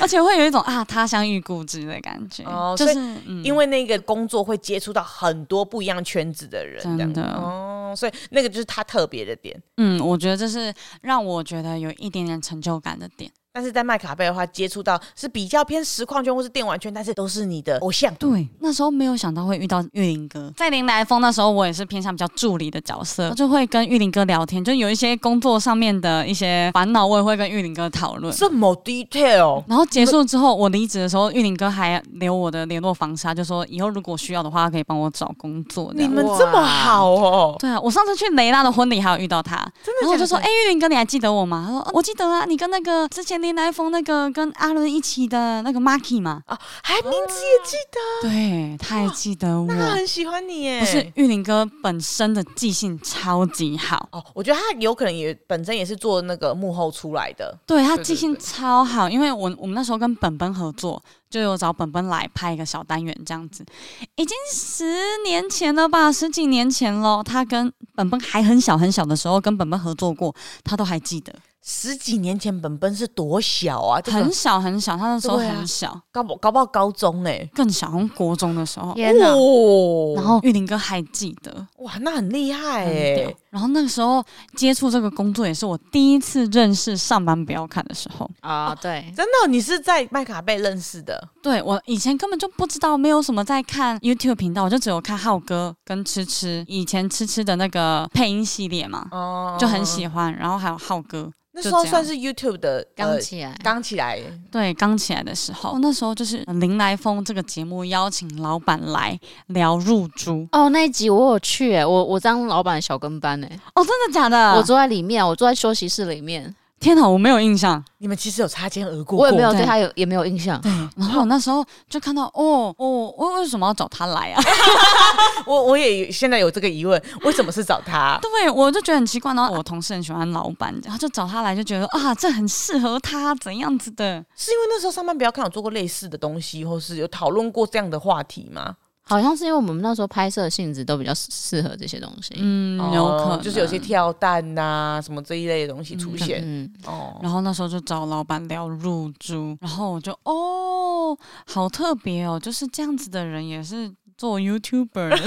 Speaker 1: 而且会有一种啊他乡遇故知的感觉，
Speaker 3: 哦
Speaker 1: 就
Speaker 3: 所
Speaker 1: 是
Speaker 3: 以
Speaker 1: 嗯
Speaker 3: 因为那个工作会接触到很多不一样圈子的人，这
Speaker 1: 真
Speaker 3: 样
Speaker 1: 的
Speaker 3: 哦，所以那个就是他特别的点。
Speaker 1: 嗯，我觉得这是让我觉得有一点点成就感的点。
Speaker 3: 但是在麦卡贝的话，接触到是比较偏实况圈或是电玩圈，但是都是你的偶像。
Speaker 1: 对，那时候没有想到会遇到玉林哥，在林来疯那时候，我也是偏向比较助理的角色，就会跟玉林哥聊天，就有一些工作上面的一些烦恼，我也会跟玉林哥讨论。
Speaker 3: 这么 detail，
Speaker 1: 然后结束之后，我离职的时候，玉林哥还留我的联络方式，他就说以后如果需要的话，可以帮我找工作。这
Speaker 3: 你
Speaker 1: 样
Speaker 3: 们这么好哦！
Speaker 1: 对啊，我上次去雷拉的婚礼还有遇到他，
Speaker 3: 真
Speaker 1: 然后我就说：“哎、
Speaker 3: 哎，
Speaker 1: 玉林哥，你还记得我吗？”他说：“哦我记得啊，你跟那个之前林来疯那个跟阿伦一起的那个 Marky 嘛。
Speaker 3: 啊，还名字也记得，”
Speaker 1: 对，他还记得我
Speaker 3: 那。他很喜欢你耶。
Speaker 1: 不是玉林哥本身的记性超级好，
Speaker 3: 哦，我觉得他有可能也本身也是做那个幕后出来的。
Speaker 1: 对他
Speaker 3: 对
Speaker 1: 记性超好，因为我我们那时候跟本本合作，就有找本本来拍一个小单元这样子，已经十年前了吧，十几年前咯。他跟本本还很小很小的时候跟本本合作过，他都还记得，
Speaker 3: 十几年前，本本是多小啊，这个
Speaker 1: 很小很小，他那时候
Speaker 3: 对啊
Speaker 1: 很小，
Speaker 3: 搞不搞不好高中嘞。
Speaker 1: 更小，好像国中的时候。
Speaker 2: 天哪！
Speaker 3: 哦
Speaker 1: 然后玉林哥还记得，
Speaker 3: 哇，那很厉害
Speaker 1: 很屌
Speaker 3: 哎！
Speaker 1: 然后那个时候接触这个工作，也是我第一次认识上班不要看的时候。
Speaker 2: 啊，对，
Speaker 3: 真的哦、你是在麦卡贝认识的？
Speaker 1: 对我以前根本就不知道，没有什么在看 YouTube 频道，我就只有看浩哥跟吃吃，以前吃吃的那个配音系列嘛，
Speaker 3: 哦
Speaker 1: 就很喜欢。然后还有浩哥，
Speaker 3: 那
Speaker 1: 就
Speaker 3: 时候
Speaker 1: 这样
Speaker 3: 算是 YouTube 的
Speaker 2: 刚
Speaker 3: 呃
Speaker 2: 起来，
Speaker 3: 刚起来，
Speaker 1: 对，刚起来的时候，那时候就是呃林来疯这个节目邀请老板来聊入猪
Speaker 2: 哦，那一集我有去、欸，我我当老板的小跟班哎、
Speaker 1: 哦，真的假的？
Speaker 2: 我坐在里面，我坐在休息室里面，
Speaker 1: 天哪，我没有印象。
Speaker 3: 你们其实有擦肩而过，
Speaker 2: 我也没有
Speaker 1: 对
Speaker 2: 对他有也没有印象。
Speaker 1: 然 后我那时候就看到，哦哦，我为什么要找他来啊？
Speaker 3: 我我也现在有这个疑问，为什么是找他？
Speaker 1: 对，我就觉得很奇怪。然后我同事很喜欢老板，然后就找他来，就觉得啊，这很适合他，怎样子的。
Speaker 3: 是因为那时候上班不要看有做过类似的东西，或是有讨论过这样的话题吗？
Speaker 2: 好像是因为我们那时候拍摄性质都比较适适合这些东西。嗯
Speaker 1: 嗯，有
Speaker 3: 哦
Speaker 1: 可能
Speaker 3: 就是有些跳蛋呐、什么这一类的东西出现、
Speaker 2: 嗯
Speaker 3: 哦。
Speaker 1: 然后那时候就找老板聊入猪，然后我就哦，好特别哦，就是这样子的人也是做 YouTuber，的，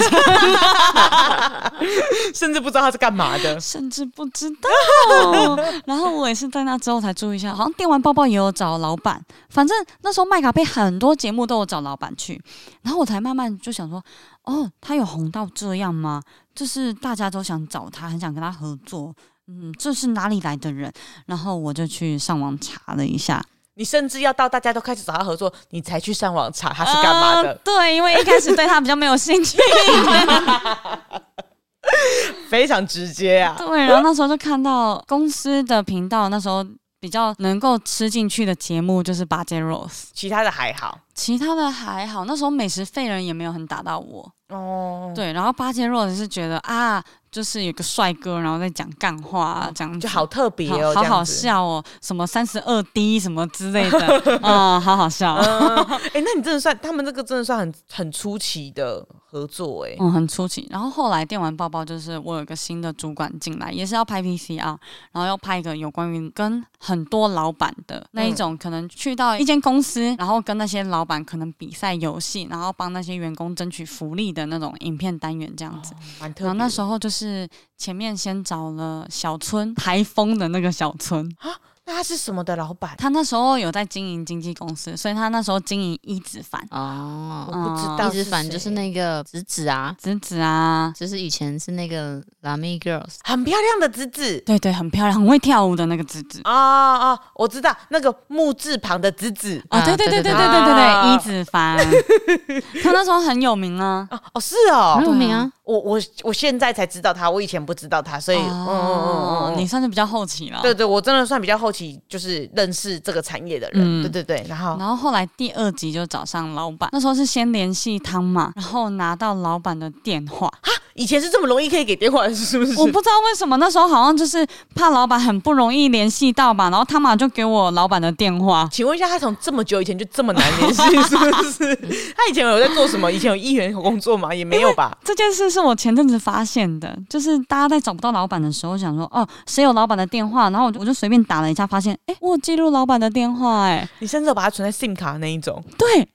Speaker 3: 甚至不知道他是干嘛的
Speaker 1: 甚至不知道。然后我也是在那之后才注意一下，好像电玩抱抱也有找老板，反正那时候麦卡贝很多节目都有找老板去，然后我才慢慢就想说，哦，他有红到这样吗？就是大家都想找他，很想跟他合作。嗯，这是哪里来的人？然后我就去上网查了一下，
Speaker 3: 你甚至要到大家都开始找他合作，你才去上网查他是干嘛的
Speaker 1: 啊，对，因为一开始对他比较没有兴 趣。
Speaker 3: 非常直接啊！
Speaker 1: 对，然后那时候就看到公司的频道，那时候比较能够吃进去的节目就是《八戒 Rose》，
Speaker 3: 其他的还好
Speaker 1: 其他的还好。那时候美食废人也没有很打到我。
Speaker 3: 哦，
Speaker 1: 对，然后《八戒 Rose》是觉得啊，就是有个帅哥，然后在讲干话、啊、这样子，
Speaker 3: 就好特别
Speaker 1: 好
Speaker 3: 哦，
Speaker 1: 好
Speaker 3: 这样
Speaker 1: 好
Speaker 3: 子。
Speaker 1: 笑哦，什么三十二 D 什么之类 的，嗯，好好笑，
Speaker 3: 哎、那你真的算他们这个真的算很很出奇的合作哎、
Speaker 1: 嗯，很出奇。然后后来电玩报报就是我有个新的主管进来，也是要拍 PCR，然后要拍一个有关于跟很多老板的那
Speaker 3: 嗯
Speaker 1: 一种，可能去到一间公司，然后跟那些老板可能比赛游戏，然后帮那些员工争取福利的那种影片单元这样子。
Speaker 3: 蛮哦特
Speaker 1: 然后
Speaker 3: 别的。
Speaker 1: 那时候就是前面先找了小村台风的那个小村，
Speaker 3: 那他是什么的老板？
Speaker 1: 他那时候有在经营经纪公司，所以他那时候经营一子凡、
Speaker 3: 我
Speaker 2: 哦，
Speaker 3: 不知
Speaker 1: 嗯
Speaker 3: 道
Speaker 2: 一
Speaker 3: 是谁，
Speaker 2: 直反就是那个子子啊，
Speaker 1: 子子啊，
Speaker 2: 就是以前是那个 Lami Girls，
Speaker 3: 很漂亮的侄子。
Speaker 1: 对对，很漂亮，很会跳舞的那个子子。
Speaker 3: 啊啊，我知道那个木字旁的子子
Speaker 1: 哦，
Speaker 2: 啊
Speaker 1: 对对对对
Speaker 2: 对
Speaker 1: 对
Speaker 2: 对
Speaker 1: 对对对，
Speaker 3: 啊
Speaker 1: 一子凡，他那时候很有名啊。
Speaker 3: 哦哦是哦
Speaker 2: 很，有名啊，
Speaker 3: 我我我现在才知道他，我以前不知道他，所以、嗯嗯嗯
Speaker 1: 哦，
Speaker 3: 嗯
Speaker 1: 你
Speaker 3: 嗯，
Speaker 1: 算是比较后期了。
Speaker 3: 对对，我真的算比较后期就是认识这个产业的
Speaker 1: 嗯
Speaker 3: 人，对对对，然后
Speaker 1: 然后后来第二集就找上老板，那时候是先联系汤马，然后拿到老板的电话。
Speaker 3: 以前是这么容易可以给电话，是不是？
Speaker 1: 我不知道为什么那时候好像就是怕老板很不容易联系到吧，然后汤马就给我老板的电话。
Speaker 3: 请问一下，他从这么久以前就这么难联系，是不是？他以前有在做什么？以前有议员工作吗？也没有吧。
Speaker 1: 这件事是我前阵子发现的，就是大家在找不到老板的时候，想说哦，谁有老板的电话？然后我就我就随便打了一下，发现哎，我有记录老板的电话、诶哎，
Speaker 3: 你甚至有把它存在 SIM 卡那一种，
Speaker 1: 对，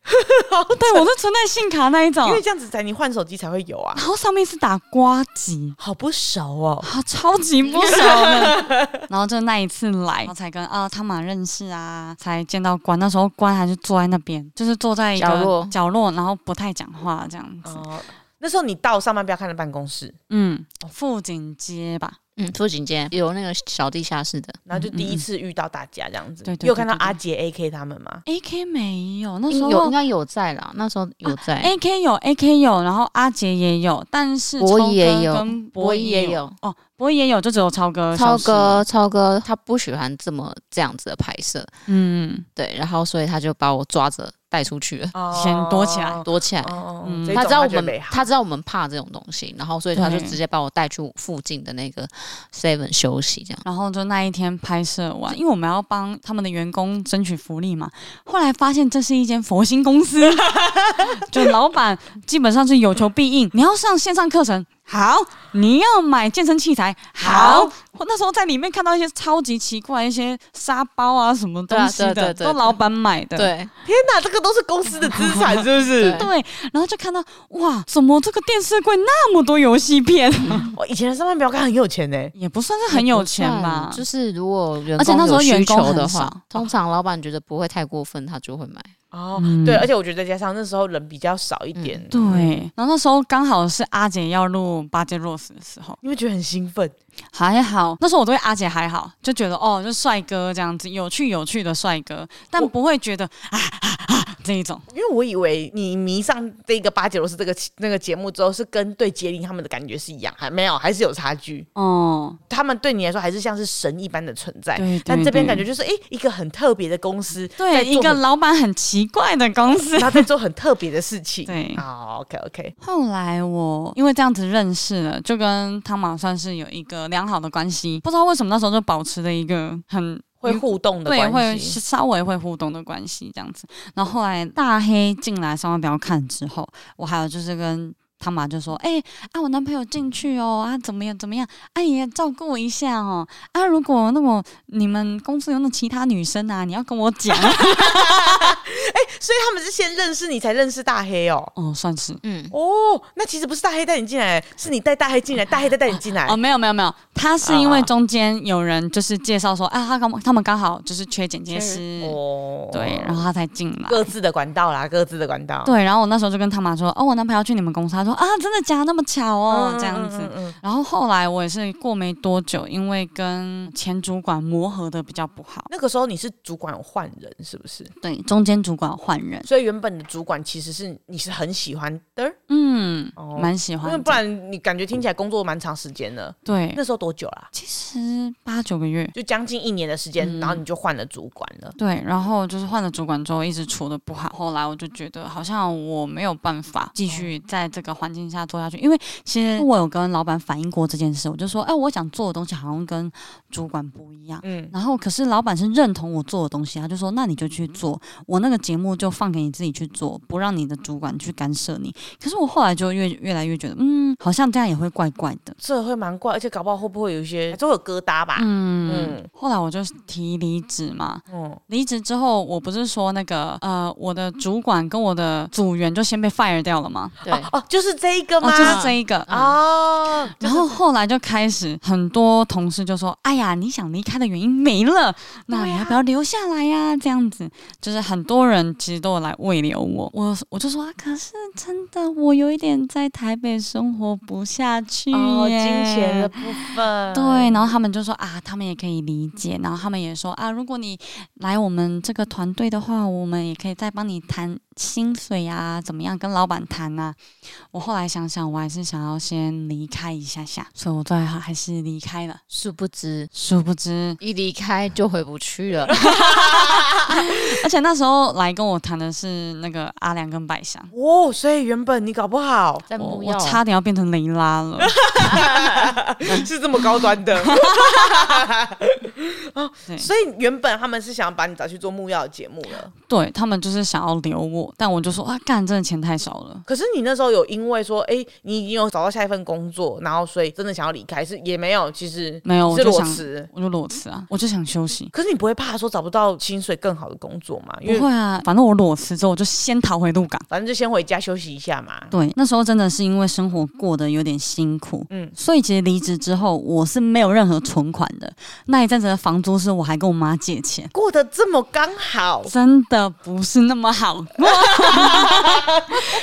Speaker 1: 对我是存在信卡那一种
Speaker 3: 因，为这样子才你换手机才会有啊。
Speaker 1: 然后上面是打瓜吉。
Speaker 3: 好不熟哦，
Speaker 1: 啊，超级 不熟的，然后就那一次来，然后才跟啊汤马认识啊，才见到关。那时候关还是坐在那边，就是坐在一个
Speaker 2: 角落
Speaker 1: 角落，然后不太讲话这样子。
Speaker 3: 哦，那时候你到上班不要看的办公室，
Speaker 1: 嗯，富锦街吧，
Speaker 2: 嗯，富锦街有那个小地下室的，
Speaker 3: 然后就第一次遇到大家这样子。
Speaker 1: 对对对
Speaker 3: 你有看到
Speaker 1: 对对
Speaker 3: 阿杰 AK 他们吗？
Speaker 1: A K 没有，那时
Speaker 2: 应有应
Speaker 1: 候哎
Speaker 2: 该有在啦，那时候有在，
Speaker 1: A K 有 A K 有，然后阿杰也有，但是
Speaker 2: 博
Speaker 1: 超哥
Speaker 2: 弈也有
Speaker 1: 跟博
Speaker 2: 博弈
Speaker 1: 弈
Speaker 2: 也
Speaker 1: 有
Speaker 2: 有
Speaker 1: 哦，博弈也有，就只有超哥
Speaker 2: 超
Speaker 1: 消失
Speaker 2: 哥，超哥他不喜欢这么这样子的拍摄，
Speaker 1: 嗯，
Speaker 2: 对，然后所以他就把我抓着带出去了，
Speaker 3: 哦
Speaker 1: 先躲起来
Speaker 2: 躲起来。
Speaker 3: 哦
Speaker 1: 嗯
Speaker 3: 这
Speaker 1: 那
Speaker 3: 种
Speaker 2: 他知道我
Speaker 3: 觉得没
Speaker 2: 们，
Speaker 3: 好
Speaker 2: 他知道我们怕这种东西，然后所以他就
Speaker 1: 对
Speaker 2: 直接把我带去附近的那个 Seven 休息，这样。
Speaker 1: 然后就那一天拍摄完，因为我们要帮他们的员工争取福利嘛。后来发现这是一间佛心公司， 就老板基本上是有求必应。你要上线上课程，好；你要买健身器材，好。我那时候在里面看到一些超级奇怪，一些沙包啊什么东西的，
Speaker 2: 对啊对对对
Speaker 1: 都老板买的。
Speaker 2: 对，
Speaker 3: 天哪，这个都是公司的资产，是不 是？
Speaker 2: 对
Speaker 1: 对然后就看到哇，怎么这个电视柜那么多游戏片？
Speaker 3: 我哦以前的上班不要看很有钱呢，
Speaker 1: 也不算是很有钱吧，
Speaker 2: 就是是如果员
Speaker 1: 而且那
Speaker 2: 工
Speaker 1: 时候
Speaker 2: 有
Speaker 1: 员
Speaker 2: 需
Speaker 1: 工
Speaker 2: 求
Speaker 1: 很
Speaker 2: 的
Speaker 1: 少
Speaker 2: 话，通常老板觉得不会太过分，他就会买。
Speaker 3: 哦
Speaker 1: 嗯，
Speaker 3: 对，而且我觉得再加上那时候人比较少一点，
Speaker 1: 对。然后那时候刚好是阿姐要录八戒 Rose 的时候。
Speaker 3: 你会觉得很兴奋，
Speaker 1: 还好，那时候我对阿姐还好，就觉得哦，就帅哥这样子，有趣有趣的帅哥，但
Speaker 3: 我
Speaker 1: 不会觉得啊啊啊这一种。
Speaker 3: 因为我以为你迷上这个巴杰罗斯这个那个节目之后，是跟对杰林他们的感觉是一样，还没有，还是有差距。
Speaker 1: 哦，
Speaker 3: 他们对你来说还是像是神一般的存在，
Speaker 1: 对对
Speaker 3: 但这边
Speaker 1: 对
Speaker 3: 感觉就是诶，一个很特别的公司，在
Speaker 1: 对，
Speaker 3: 做
Speaker 1: 一个
Speaker 3: 很
Speaker 1: 老板很奇怪的公司。
Speaker 3: 然后在做很特别的事情。
Speaker 1: 对
Speaker 3: 哦、，OK OK，
Speaker 1: 后来我因为这样子认识了，就跟汤马算是有一个良好的关系。不知道为什么那时候就保持了一个很
Speaker 3: 会互动的
Speaker 1: 对，
Speaker 3: 关
Speaker 1: 会
Speaker 3: 系。
Speaker 1: 稍微会互动的关系这样子。然后后来大黑进来上万不要看之后，我还有就是跟汤马就说：“哎、啊，我男朋友进去哦，啊怎么样怎么样，啊也照顾我一下哦，啊如果那么你们公司有那其他女生啊，你要跟我 讲
Speaker 3: 所以他们是先认识你，才认识大黑哦。
Speaker 1: 哦，算是。”
Speaker 2: 嗯，
Speaker 3: 哦，那其实不是大黑带你进来，是你带大黑进来，大黑再带你进来。
Speaker 1: 哦，没有没有没有，他是因
Speaker 3: 啊
Speaker 1: 为
Speaker 3: 啊
Speaker 1: 中间有人就是介绍说，啊，他刚他们刚好就是缺剪接师，
Speaker 3: 哦
Speaker 1: 对，然后他才进来。
Speaker 3: 各自的管道啦，各自的管道。
Speaker 1: 对，然后我那时候就跟他妈说，哦，我男朋友去你们公司，他说啊，真的假的那么巧哦，
Speaker 3: 嗯，
Speaker 1: 这样子。
Speaker 3: 嗯嗯嗯
Speaker 1: 然后后来我也是过没多久，因为跟前主管磨合的比较不好，
Speaker 3: 那个时候你是主管有换人是不是？
Speaker 1: 对，中间主管换换人。
Speaker 3: 所以原本的主管其实是你是很喜欢的，
Speaker 1: 嗯
Speaker 3: 哦，
Speaker 1: 蛮、喜
Speaker 3: 因
Speaker 1: 欢
Speaker 3: 为
Speaker 1: 的。
Speaker 3: 不然你感觉听起来工作蛮长时间的。
Speaker 1: 对
Speaker 3: 那，时候多久啦、
Speaker 1: 其实八九个月。
Speaker 3: 就将近一年的时间，然后你就换了主管了。
Speaker 1: 对，然后就是换了主管之后，一直处的不好。后来我就觉得好像我没有办法继续在这个环境下做下去，因为其实我有跟老板反映过这件事，我就说，哎、我想做的东西好像跟主管不一样。
Speaker 3: 嗯，
Speaker 1: 然后可是老板是认同我做的东西，啊他就说那你就去做，我那个节目就放给你自己去做，不让你的主管去干涉你。可是我后来就越越来越觉得，嗯，好像这样也会怪怪的。
Speaker 3: 这会蛮怪，而且搞不好会不会有一些都有疙瘩吧？
Speaker 1: 嗯，
Speaker 3: 嗯
Speaker 1: 后来我就提离职嘛，
Speaker 3: 嗯，
Speaker 1: 离职之后，我不是说那个呃，我的主管跟我的组员就先被 fire 掉了吗？
Speaker 2: 对，
Speaker 3: 哦，就是这一个
Speaker 1: 哦，
Speaker 3: 吗？
Speaker 1: 就是这一个。
Speaker 3: 哦，就
Speaker 1: 然
Speaker 3: 是
Speaker 1: 后后来就开始很多同事就说：“哎呀，你想离开的原因没了，那
Speaker 3: 啊
Speaker 1: 你要不要留下来呀、这样子就是很多人其实都有来慰留我，我我就说、啊，可是真的我有一点在台北生活不下去耶，
Speaker 3: 哦，金钱的部分，
Speaker 1: 对，然后他们就说啊，他们也可以理解，然后他们也说啊，如果你来我们这个团队的话，我们也可以再帮你谈薪水啊，怎么样跟老板谈啊。我后来想想，我还是想要先离开一下下，所以我最后还是离开了。
Speaker 2: 殊不知
Speaker 1: 殊不知，
Speaker 2: 一离开就回不去 了。
Speaker 1: 而且那时候来跟我谈的是那个阿良跟百祥，
Speaker 3: 哦，所以原本你搞不好
Speaker 2: 但
Speaker 1: 我
Speaker 2: 不
Speaker 1: 我
Speaker 2: 要，
Speaker 1: 差点要变成雷拉了。
Speaker 3: 是这么高端的
Speaker 1: 对
Speaker 3: 所以原本他们是想把你找去做木曜的节目了。
Speaker 1: 对他们就是想要留我，但我就说啊，干，真的钱太少了。
Speaker 3: 可是你那时候有因为说，哎、你已经有找到下一份工作，然后所以真的想要离开，是也没有，其实
Speaker 1: 没有我
Speaker 3: 是
Speaker 1: 就
Speaker 3: 裸
Speaker 1: 想
Speaker 3: 辞。
Speaker 1: 我就裸辞啊，我就想休息。
Speaker 3: 可是你不会怕说找不到薪水更好的工作吗？因
Speaker 1: 不
Speaker 3: 为
Speaker 1: 会啊，反正我裸辞之后，我就先逃回鹿港。
Speaker 3: 反正就先回家休息一下嘛。
Speaker 1: 对，那时候真的是因为生活过得有点辛苦，
Speaker 3: 嗯
Speaker 1: 嗯，所以其实离职之后我是没有任何存款的。那一阵子的房租是我还跟我妈借钱，
Speaker 3: 过得这么刚好，
Speaker 1: 真的不是那么好。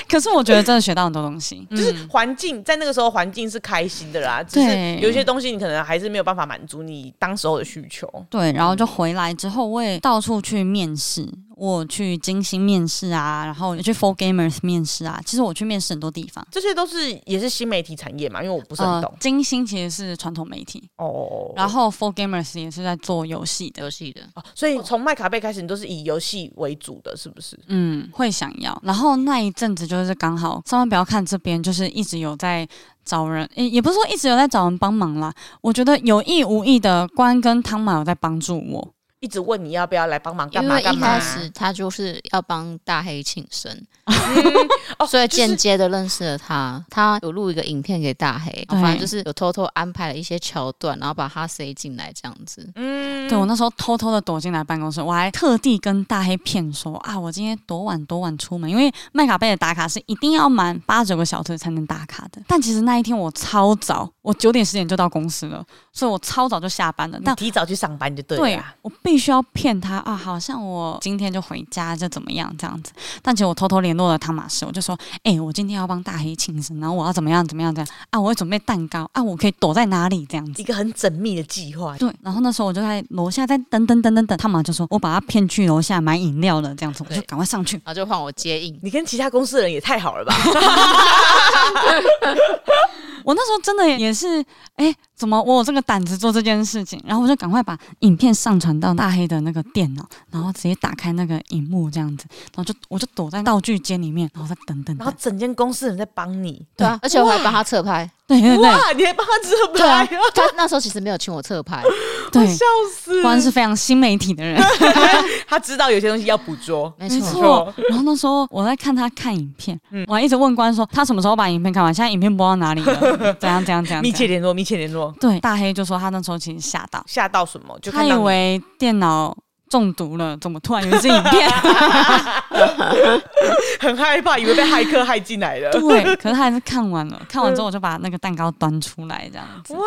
Speaker 1: 可是我觉得真的学到很多东西，
Speaker 3: 就是环境在那个时候环境是开心的啦，只是
Speaker 1: 对
Speaker 3: 有一些东西你可能还是没有办法满足你当时候的需求。
Speaker 1: 对，然后就回来之后，我也到处去面试，我去金星面试啊，然后也去 Four Gamers 面试啊。其实我去面试很多地方。
Speaker 3: 这些都是也是新媒体产业嘛，因为我不是很懂
Speaker 1: 呃，金星其实是传统媒体，
Speaker 3: 哦。
Speaker 1: 然后 Four Gamers 也是在做游戏的，
Speaker 2: 游戏的
Speaker 3: 哦所以从麦卡贝开始，你都是以游戏为主的，是不是？
Speaker 1: 嗯，会想要。然后那一阵子就是刚好，上万不要看这边，就是一直有在找人，也也不是说一直有在找人帮忙啦。我觉得有意无意的，关跟汤马有在帮助我。
Speaker 3: 一直问你要不要来帮忙干
Speaker 2: 因
Speaker 3: 嘛
Speaker 2: 为
Speaker 3: 干
Speaker 2: 一
Speaker 3: 嘛
Speaker 2: 开？始他就是要帮大黑庆生，
Speaker 3: 哦
Speaker 2: 所以
Speaker 3: 就是
Speaker 2: 间接的认识了他。他有录一个影片给大黑，
Speaker 1: 对
Speaker 2: 反正就是有偷偷安排了一些桥段，然后把他塞进来这样子。
Speaker 3: 嗯
Speaker 1: 对我那时候偷偷的躲进来办公室，我还特地跟大黑骗说啊，我今天多晚多晚出门，因为麦卡贝的打卡是一定要满八九个小时才能打卡的。但其实那一天我超早，我九点十点就到公司了，所以我超早就下班了。
Speaker 3: 你
Speaker 1: 但
Speaker 3: 提早去上班就对了
Speaker 1: 对
Speaker 3: 啦。
Speaker 1: 我必须要骗他啊，好像我今天就回家就怎么样这样子。但其实我偷偷联络了汤马士，我就说，哎、我今天要帮大黑庆生，然后我要怎么样怎么样这样啊，我会准备蛋糕啊，我可以躲在哪里这样子
Speaker 3: 一。个很缜密的计划，
Speaker 1: 对，然后那时候我就在楼下在等等等等等，汤马就说哎我把他骗去楼下买饮料了，这样子我就
Speaker 2: 对
Speaker 1: 赶快上去。
Speaker 2: 然后就换我接应，
Speaker 3: 你跟其他公司的人也太好了吧？
Speaker 1: 我那时候真的也是，哎、怎么我有这个胆子做这件事情？然后我就赶快把影片上传到大黑的那个电脑，然后直接打开那个荧幕这样子，然后就我就躲在道具间里面，然后再等等
Speaker 3: 然后
Speaker 1: 等，
Speaker 3: 整间公司的人在帮你，
Speaker 2: 对啊，而且我还帮他侧拍。
Speaker 1: 对对对
Speaker 3: 哇，你还帮他遮
Speaker 2: 对啊
Speaker 3: 拍，，哦
Speaker 2: 他那时候其实没有请我侧 拍，
Speaker 1: 对，
Speaker 3: 笑死！
Speaker 1: 果然是非常新媒体的人，
Speaker 3: 他知道有些东西要捕捉，
Speaker 2: 没
Speaker 1: 没
Speaker 2: 错。
Speaker 1: 错。然后那时候我在看他看影片，
Speaker 3: 嗯
Speaker 1: 我还一直问官说他什么时候把影片看完，现在影片播到哪里 了，怎样怎样怎样。
Speaker 3: 密切
Speaker 1: 怎样
Speaker 3: 联络，密切联络。
Speaker 1: 对大黑就说他那时候其实吓到，
Speaker 3: 吓到什么？就
Speaker 1: 他
Speaker 3: 看
Speaker 1: 以
Speaker 3: 到你
Speaker 1: 为电脑中毒了，怎么突然有一支影 片？
Speaker 3: 很害怕，以为被骇客害进来了。
Speaker 1: 对，可是他还是看完了，看完之后我就把那个蛋糕端出来这样子，哇！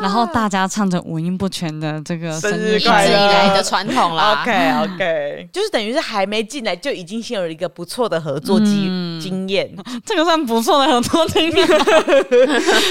Speaker 1: 然后大家唱着五音不全的这个
Speaker 3: 生
Speaker 1: 生
Speaker 3: 日
Speaker 1: 日
Speaker 2: 一直以
Speaker 3: 快乐
Speaker 2: 来的传统
Speaker 1: 啊
Speaker 2: 啦。
Speaker 3: OK OK，就是等于是还没进来就已经先有一个不错的合作经、
Speaker 1: 嗯
Speaker 3: 经验。
Speaker 1: 这个算不错的合作经 验，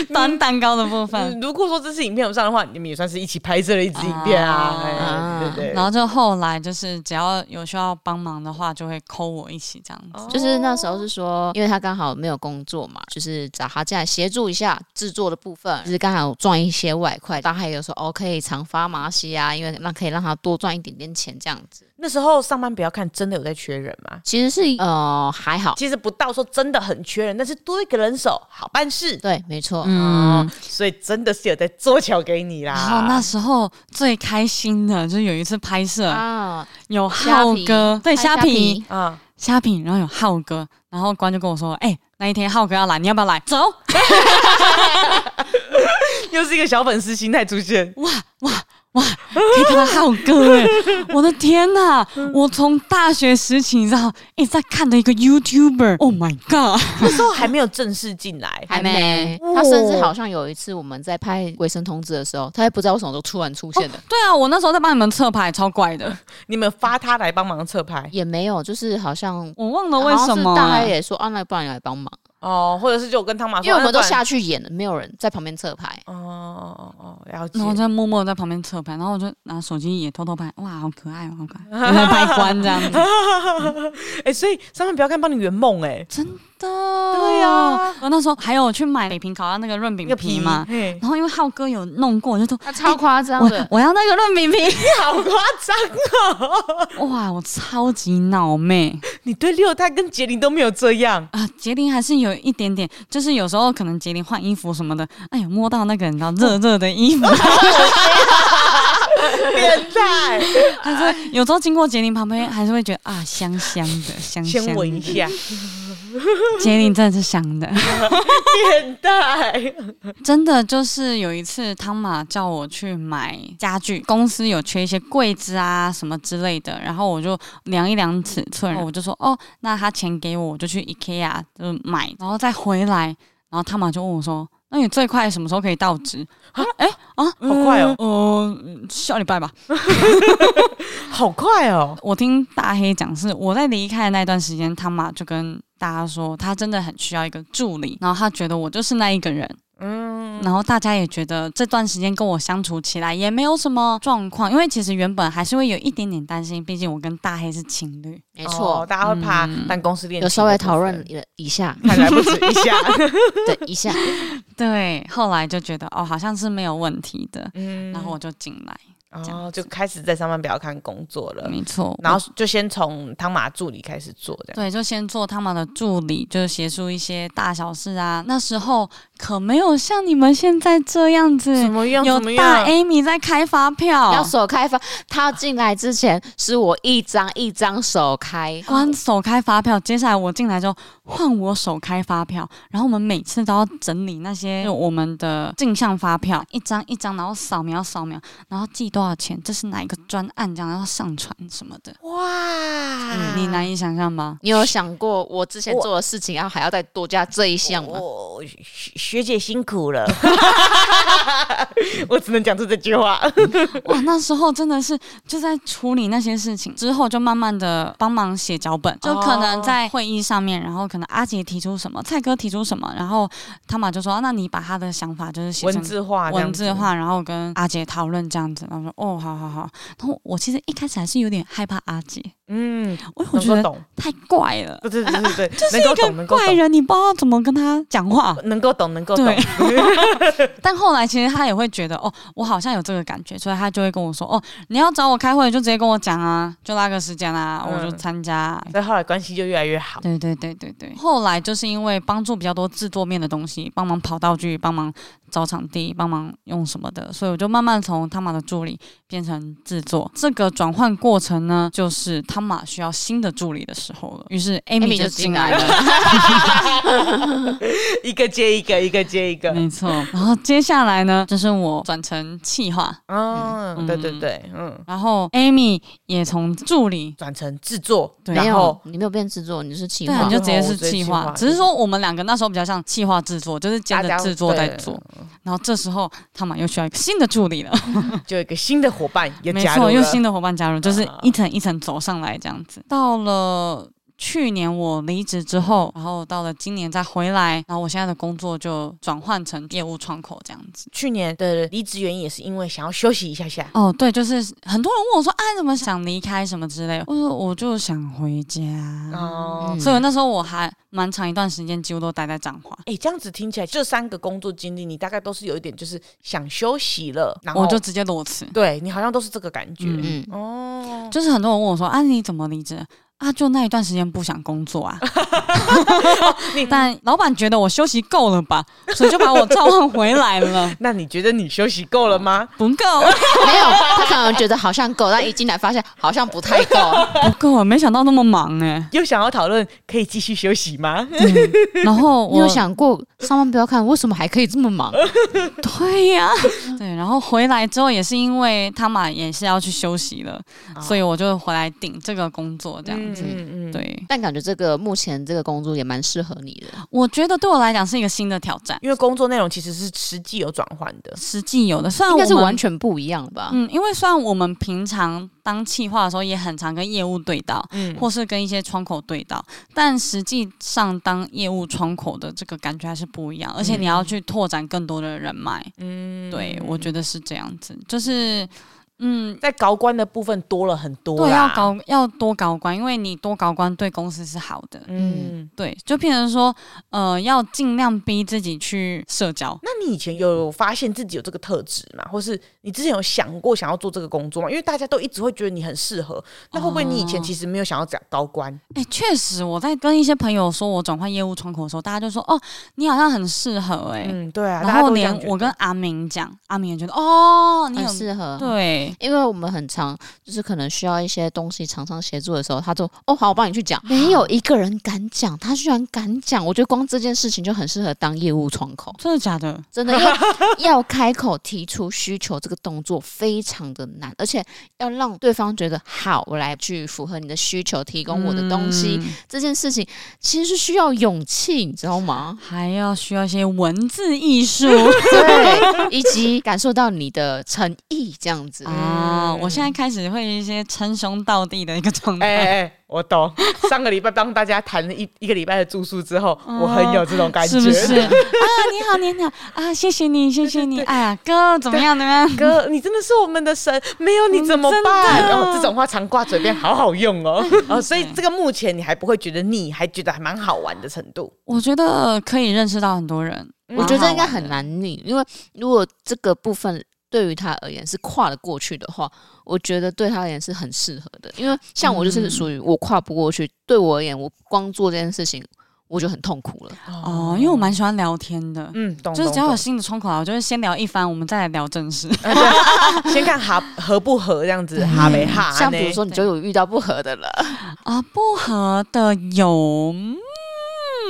Speaker 1: 端蛋糕的部分。
Speaker 3: 如果说这次影片有上的话，你们也算是一起拍摄了一支影片啊。
Speaker 1: 啊
Speaker 3: 哎对对对。
Speaker 1: 然后就后后来就是只要有需要帮忙的话，就会扣我一起这样子。
Speaker 2: 就是那时候是说，因为他刚好没有工作嘛，就是找他进来协助一下制作的部分，就是刚好赚一些外快。但还有说哦，可以常发马西啊，因为那可以让他多赚一点点钱这样子。
Speaker 3: 那时候上班不要看，真的有在缺人吗？
Speaker 2: 其实是呃还好，
Speaker 3: 其实不到说真的很缺人，但是多一个人手好办事。哦
Speaker 2: 对，没错，
Speaker 1: 嗯，
Speaker 3: 所以真的是有在做桥给你啦。
Speaker 1: 然后那时候最开心的就是有一次拍摄，
Speaker 2: 啊，
Speaker 1: 有
Speaker 2: 虾
Speaker 1: 浩
Speaker 2: 皮
Speaker 1: 哥对
Speaker 2: 拍虾
Speaker 1: 虾
Speaker 2: 皮
Speaker 1: 皮
Speaker 3: 啊，
Speaker 1: 虾皮，然后有浩哥，然后关就跟我说：“哎、那一天浩哥要来，你要不要来？”走，
Speaker 3: 又是一个小粉丝心态出现。
Speaker 1: 哇哇哇，可以看到浩哥哎、我的天呐、
Speaker 2: 嗯
Speaker 1: 我从大学时期你知道一直在看的一个 YouTuber，Oh my god！
Speaker 3: 那时候还没有正式进来，
Speaker 2: 还没。哦他
Speaker 3: 哇
Speaker 2: 甚至好像有一次我们在拍《鬼神童子》的时候，他也不知道为什么就突然出现了。
Speaker 1: 对啊，我那时候在帮你们测牌，超怪的，
Speaker 3: 你们发他来帮忙侧拍
Speaker 2: 也没有，就是好像
Speaker 1: 我忘了为什么、
Speaker 2: 好像是大黑
Speaker 1: 欸。
Speaker 2: 也说啊，那不然你来帮忙，
Speaker 3: 哦，或者是就我跟汤马说，
Speaker 2: 因为我们
Speaker 3: 啊
Speaker 2: 都
Speaker 3: 不然
Speaker 2: 下去演了，没有人在旁边侧拍。
Speaker 3: 哦哦哦哦，了解
Speaker 1: 然。后我在默默地在旁边测牌，然后我就拿手机也偷偷拍，哇，好可爱哦，好可 爱，有在拍关这样子，
Speaker 3: 哎、所以上面不要看帮你圆梦哎，
Speaker 1: 真的。
Speaker 3: 对啊，
Speaker 1: 我那时候还有去买北平烤鸭那个润饼
Speaker 3: 那个
Speaker 1: 皮嘛，
Speaker 3: 嘿
Speaker 1: 然后因为浩哥有弄过，我就说
Speaker 2: 他超夸张
Speaker 1: 我
Speaker 2: 的，
Speaker 1: 我要那个润饼皮，
Speaker 3: 你好夸张哦！
Speaker 1: 哇，我超级脑妹。
Speaker 3: 你对六太跟杰林都没有这样，
Speaker 1: 啊，杰林还是有一点点，就是有时候可能杰林换衣服什么的，哎呦，摸到那个你知道热热的衣 服，
Speaker 3: 变态，
Speaker 1: 但是有时候经过杰林旁边，还是会觉得啊，香香的，香香
Speaker 3: 先
Speaker 1: 的。
Speaker 3: 闻一下，
Speaker 1: 杰林真的是香的，
Speaker 3: 变态。
Speaker 1: 真的就是有一次汤马叫我去买家具，公司有缺一些柜子啊什么之类的，然后我就量一量尺寸，然后我就说哦，那他钱给我，我就去 IKEA 就买，然后再回来，然后汤马就问我说。那你最快什么时候可以到职？
Speaker 3: 啊
Speaker 1: 啊，哎、啊，
Speaker 3: 好快哦
Speaker 1: 嗯呃嗯下礼拜吧。
Speaker 3: 好快哦！
Speaker 1: 我听大黑讲是我在离开的那段时间，他妈就跟大家说，他真的很需要一个助理，然后他觉得我就是那一个人，
Speaker 3: 嗯，
Speaker 1: 然后大家也觉得这段时间跟我相处起来也没有什么状况，因为其实原本还是会有一点点担心，毕竟我跟大黑是情侣。
Speaker 2: 没错
Speaker 3: 哦，大家会怕
Speaker 1: 嗯
Speaker 3: 办公室恋情的部分，
Speaker 2: 有稍微讨论了一下，
Speaker 3: 看来不止一下。
Speaker 2: 对一 下，
Speaker 1: 对，后来就觉得哦，好像是没有问题的，
Speaker 3: 嗯
Speaker 1: 然后我就进来，这
Speaker 3: 哦
Speaker 1: 样
Speaker 3: 就开始在上班表看工作了，
Speaker 1: 没错。
Speaker 3: 然后就先从汤马助理开始做这样。
Speaker 1: 对，就先做他们的助理，就是协助一些大小事啊。那时候可没有像你们现在这样子，
Speaker 3: 怎么样？
Speaker 1: 有
Speaker 3: 怎么
Speaker 1: 大
Speaker 3: 样？
Speaker 1: Amy 在开发票，
Speaker 2: 要手开发。他进来之前是我一张一张手开，
Speaker 1: 关手开发票。接下来我进来之后换我手开发票，然后我们每次都要整理那些
Speaker 3: 嗯
Speaker 1: 我们的进项发票，一张一张，然后扫描扫描，然后记多少钱，这是哪一个专案，这样然后上传什么的，
Speaker 3: 哇！
Speaker 1: 你难以想象吧？
Speaker 2: 你有想过我之前做的事情，然后还要再多加这一项吗？
Speaker 3: 我哦学学姐辛苦 了， 我只能讲出这句话。
Speaker 1: 哇，那时候真的是就在处理那些事情，之后就慢慢的帮忙写脚
Speaker 3: 哦
Speaker 1: 本，就可能在会议上面，然后可能阿杰提出什么，蔡哥提出什么，然后他玛就说、啊那你把他的想法就是写
Speaker 3: 文
Speaker 1: 成
Speaker 3: 字化，
Speaker 1: 文字，化，然后跟阿杰讨论这样子，然后说哦，好好好。然后我其实一开始还是有点害怕阿杰，
Speaker 3: 嗯，
Speaker 1: 我我
Speaker 3: 能
Speaker 1: 觉
Speaker 3: 够
Speaker 1: 得
Speaker 3: 懂，
Speaker 1: 太怪了，
Speaker 3: 对对对对，
Speaker 1: 就是
Speaker 3: 能
Speaker 1: 一
Speaker 3: 够懂，
Speaker 1: 个
Speaker 3: 能够
Speaker 1: 怪
Speaker 3: 懂，
Speaker 1: 人，你不知道怎么跟他讲话。
Speaker 3: 能够懂，能够懂
Speaker 1: 对。但后来其实他也会觉得哦，我好像有这个感觉，所以他就会跟我说哦，你要找我开会就直接跟我讲啊，就拉个时间啊，
Speaker 3: 嗯
Speaker 1: 我就参加啊、
Speaker 3: 所以后来关系就越来越好。
Speaker 1: 对对对对对，后来就是因为帮助比较多制作面的东西，帮忙跑道具，帮忙找场地，帮忙用什么的，所以我就慢慢从汤马的助理变成制作。这个转换过程呢，就是汤马需要新的助理的时候了，于是 Amy 就进来了。
Speaker 3: 一个接一个，一个接 一个。
Speaker 1: 没错，然后接下来呢，就是我转成企划，
Speaker 3: 嗯，
Speaker 1: 嗯
Speaker 3: 对对对，嗯，
Speaker 1: 然后 Amy 也从助理，
Speaker 3: 转成制作，
Speaker 1: 对
Speaker 2: 没
Speaker 3: 然
Speaker 2: 有
Speaker 3: 后，
Speaker 2: 你没有变制作，你是企
Speaker 1: 对啊，
Speaker 2: 划
Speaker 1: 你。就直接是
Speaker 3: 我直接
Speaker 1: 企
Speaker 3: 企
Speaker 1: 划嗯
Speaker 3: 划，
Speaker 1: 只是说我们两个那时候比较像企划制作，就是兼
Speaker 3: 大
Speaker 1: 着
Speaker 3: 家
Speaker 1: 制作在
Speaker 3: 对
Speaker 1: 做。然后这时候汤马又需要一个新的助理了。
Speaker 3: 就有一个新的伙伴也
Speaker 1: 嗯没
Speaker 3: 加
Speaker 1: 错，
Speaker 3: 入
Speaker 1: 又
Speaker 3: 了。
Speaker 1: 新的伙伴加入，就是
Speaker 3: 啊
Speaker 1: 一层一层走上来这样子。到了去年我离职之后，然后到了今年再回来，然后我现在的工作就转换成业务窗口这样子。
Speaker 3: 去年的离职原因也是因为想要休息一下下。
Speaker 1: 哦，对，就是很多人问我说，哎、啊，怎么想离开什么之类的，我说我就想回家。
Speaker 3: 哦，
Speaker 2: 嗯
Speaker 1: 所以那时候我还蛮长一段时间几乎都待在彰化，
Speaker 3: 哎、这样子听起来，这三个工作经历，你大概都是有一点就是想休息了，然后
Speaker 1: 我就直接裸辞。
Speaker 3: 对你好像都是这个感觉。
Speaker 1: 嗯
Speaker 2: 嗯，
Speaker 3: 哦，
Speaker 1: 就是很多人问我说，啊，你怎么离职？啊，就那一段时间不想工作 啊， 但老板觉得我休息够了吧，所以就把我召唤回来了。
Speaker 3: 那你觉得你休息够了吗？
Speaker 1: 不 够，
Speaker 2: 没有，他可能觉得好像够，但一进来发现好像不太 够。
Speaker 1: 不够啊，没想到那么忙哎、
Speaker 3: 又想要讨论可以继续休息吗？
Speaker 1: 嗯然后
Speaker 2: 你
Speaker 1: 我
Speaker 2: 有想过上班不要看，为什么还可以这 么忙？
Speaker 1: 对 呀、对，然后回来之后也是因为他嘛也是要去休息了，
Speaker 3: 哦
Speaker 1: 所以我就回来顶这个工作这样子。
Speaker 3: 嗯嗯嗯，
Speaker 1: 对，
Speaker 2: 但感觉这个目前这个工作也蛮适合你的。
Speaker 1: 我觉得对我来讲是一个新的挑战，
Speaker 3: 因为工作内容其实是实际有转换的。
Speaker 1: 实际有的，虽然
Speaker 2: 应该是
Speaker 1: 我们
Speaker 2: 完全不一样了吧？
Speaker 1: 嗯，因为虽然我们平常当企划的时候也很常跟业务对到，
Speaker 3: 嗯，
Speaker 1: 或是跟一些窗口对到，但实际上当业务窗口的这个感觉还是不一样，而且你要去拓展更多的人脉。
Speaker 3: 嗯
Speaker 1: 对，我觉得是这样子，就是嗯。
Speaker 3: 在高官的部分多了很多
Speaker 1: 对，
Speaker 3: 啦
Speaker 1: 要高要多高官，因为你多高官对公司是好的。
Speaker 3: 嗯。
Speaker 1: 对，就变成说，呃，要尽量逼自己去社交。
Speaker 3: 那你以前有发现自己有这个特质吗？或是你之前有想过想要做这个工作吗？因为大家都一直会觉得你很适合，那会不会你以前其实没有想要找高官？
Speaker 1: 哎，确实，我在跟一些朋友说我转换业务窗口的时候，大家就说，哦，你好像很适合哎、
Speaker 3: 嗯，对啊，大
Speaker 1: 然
Speaker 3: 家
Speaker 1: 后
Speaker 3: 都这样
Speaker 1: 连
Speaker 3: 觉得啊
Speaker 1: 我跟阿明讲，阿明也觉得哦，你
Speaker 2: 很
Speaker 1: 很
Speaker 2: 适合。。
Speaker 1: 对，
Speaker 2: 因为我们很常就是可能需要一些东西，常常协助的时候，他就哦好，我帮你去讲。没有一个人敢讲，他居然敢讲，我觉得光这件事情就很适合当业务窗口，
Speaker 1: 真的假的？
Speaker 2: 真 的，因为要开口提出需求这个动作非常的难，而且要让对方觉得好，我来去符合你的需求，提供我的东西，
Speaker 1: 嗯？
Speaker 2: 这件事情其实是需要勇气，你知道吗
Speaker 1: 还要需要一些文字艺 术
Speaker 2: 对，以及感受到你的诚意，这样子。
Speaker 3: 嗯
Speaker 1: 啊！我现在开始会一些称兄道弟的一个状
Speaker 3: 哎哎
Speaker 1: 态，、
Speaker 3: 哎我懂。上个礼拜帮大家谈了一一个礼拜的住宿之后，我很有这种感觉。
Speaker 1: 是不是啊？你好，你好啊！谢谢 你，谢谢你。哎呀，哥怎么样？怎么样？
Speaker 3: 哥，你真的是我们的神，没有你怎么
Speaker 1: 嗯真
Speaker 3: 办？
Speaker 1: 的
Speaker 3: 哦，这种话常挂嘴边，好好 用哦。哦，所以这个目前你还不会觉得腻，还觉得还蛮好玩的程度。
Speaker 1: 我觉得可以认识到很多人，
Speaker 2: 我觉
Speaker 1: 蛮好
Speaker 2: 得应该
Speaker 1: 玩
Speaker 2: 很
Speaker 1: 的。
Speaker 2: 难逆，因为如果这个部分对于他而言是跨得过去的话，我觉得对他而言是很适合的。因为像我就是属于我跨不过去，对我而言，我光做这件事情我就很痛苦了。
Speaker 1: 哦，因为我蛮喜欢聊天的，
Speaker 3: 嗯，懂，
Speaker 1: 就是只要有
Speaker 3: 懂
Speaker 1: 新的窗口啊，我就会先聊一番，我们再来聊正事。
Speaker 3: 懂啊对先看合合不合这样
Speaker 1: 嗯
Speaker 3: 子，合没合？
Speaker 2: 像比如，说，你就有遇到不合的了，
Speaker 1: 啊，不合的有，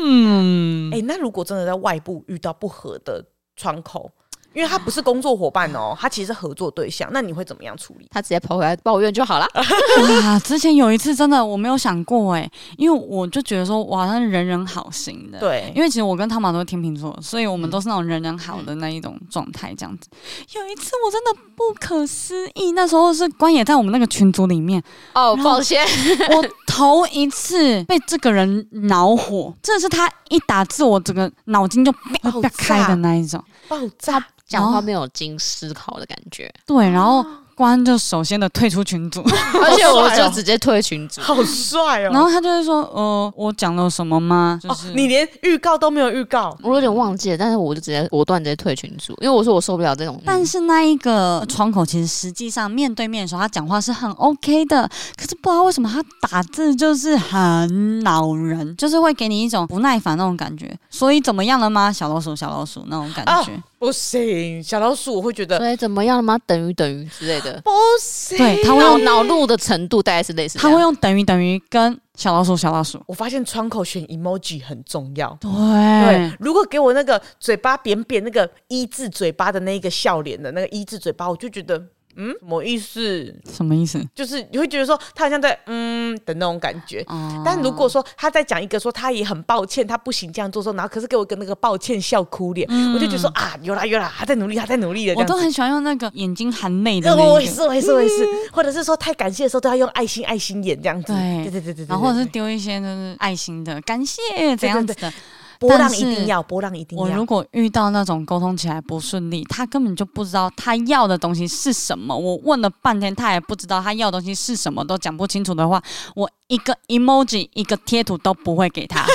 Speaker 1: 嗯，
Speaker 3: 哎，那如果真的在外部遇到不合的窗口，因为他不是工作伙伴哦，他其实是合作对象，那你会怎么样处理？
Speaker 2: 他直接跑回来抱怨就 好了。
Speaker 1: 哇，啊之前有一次真的我没有想过哎、因为我就觉得说我好像人人好型的，，
Speaker 3: 对
Speaker 1: 因，为其实我跟汤马都是天秤座，所以我们都是那种人人好的那一种状态这样子。有一次我真的不可思议，那时候是关也在我们那个群组里 面，
Speaker 2: 哦，
Speaker 1: 然后
Speaker 2: 抱歉，
Speaker 1: 我头一次被这个人恼火，真的是他一打字我整个脑筋就啪啪开的那一种。
Speaker 3: 爆炸，
Speaker 2: 讲话没有经思考的感 觉，
Speaker 1: 对，然后关就首先的退出群组，
Speaker 2: 而且我
Speaker 3: 帅
Speaker 2: 就
Speaker 3: 哦
Speaker 2: 直接退群组。
Speaker 3: 好帅
Speaker 1: 然
Speaker 3: 哦！
Speaker 1: 后他就会说：“呃，我讲了什么吗？”就是、嗯
Speaker 3: 哦，你连预告都没有预告，
Speaker 2: 我有点忘记了，但是我就直接果断直接退群组，因为我说我受不了这种。
Speaker 1: 但是那一个窗口其实实际上面对面的时候，他讲话是很 OK 的，可是不知道为什么他打字就是很恼人，就是会给你一种不耐烦那种感觉。所以怎么样了吗？小老鼠，小老鼠那种感
Speaker 3: 哦
Speaker 1: 觉。
Speaker 3: 不行，小老鼠我会觉得
Speaker 2: 所以哎怎么样了吗？等于等于之类的，
Speaker 3: 不行。
Speaker 1: 对，他会
Speaker 2: 脑
Speaker 1: 用
Speaker 2: 脑路的程度大概是类似这
Speaker 1: 他
Speaker 2: 样，
Speaker 1: 会用等于等于跟小老鼠，小老鼠。
Speaker 3: 我发现窗口选 emoji 很重要。
Speaker 1: 对，
Speaker 3: 对，如果给我那个嘴巴扁扁、那个一字嘴巴的那一个笑脸的那个一字嘴巴，我就觉得嗯，什么意思？
Speaker 1: 什么意思？
Speaker 3: 就是你会觉得说他好像在嗯的那种感觉。
Speaker 1: 哦
Speaker 3: 但如果说他在讲一个说他也很抱歉，他不行这样做的时候，然后可是给我一个那个抱歉笑哭脸，我就觉得说啊，有啦有啦，他在努力，他在努力的。
Speaker 1: 我都很喜欢用那个眼睛含泪的
Speaker 3: 那
Speaker 1: 那
Speaker 3: 哦我
Speaker 1: 一
Speaker 3: 也
Speaker 1: 个，
Speaker 3: 是，我也是，我也是，或者是说太感谢的时候都要用爱心爱心眼这样子。
Speaker 1: 对
Speaker 3: 对对对对，
Speaker 1: 然后或者
Speaker 3: 对
Speaker 1: 是丢一些就是爱心的感谢怎样子的。
Speaker 3: 波浪
Speaker 1: 但
Speaker 3: 一
Speaker 1: 是
Speaker 3: 定要，波浪一定
Speaker 1: 我如
Speaker 3: 要。
Speaker 1: 果遇到那种沟通起来不顺利，他根本就不知道他要的东西是什么，我问了半天他也不知道他要的东西是什么，都讲不清楚的话，我一个 emoji 一个贴图都不会给他。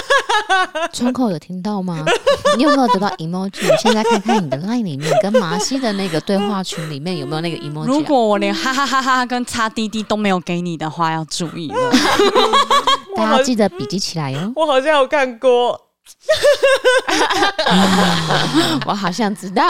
Speaker 2: 窗口有听到吗？ 你有没有得到 emoji？现在看看你的 line 里面跟麻西的那个对话群里面有没有那个 emoji？、啊、
Speaker 1: 如果我连哈哈哈哈跟擦滴滴都没有给你的话，要注意了。
Speaker 3: 我
Speaker 2: 大
Speaker 3: 好。
Speaker 2: 家，记得笔记起来哦
Speaker 3: 我好像有看过，
Speaker 2: 我好像知道，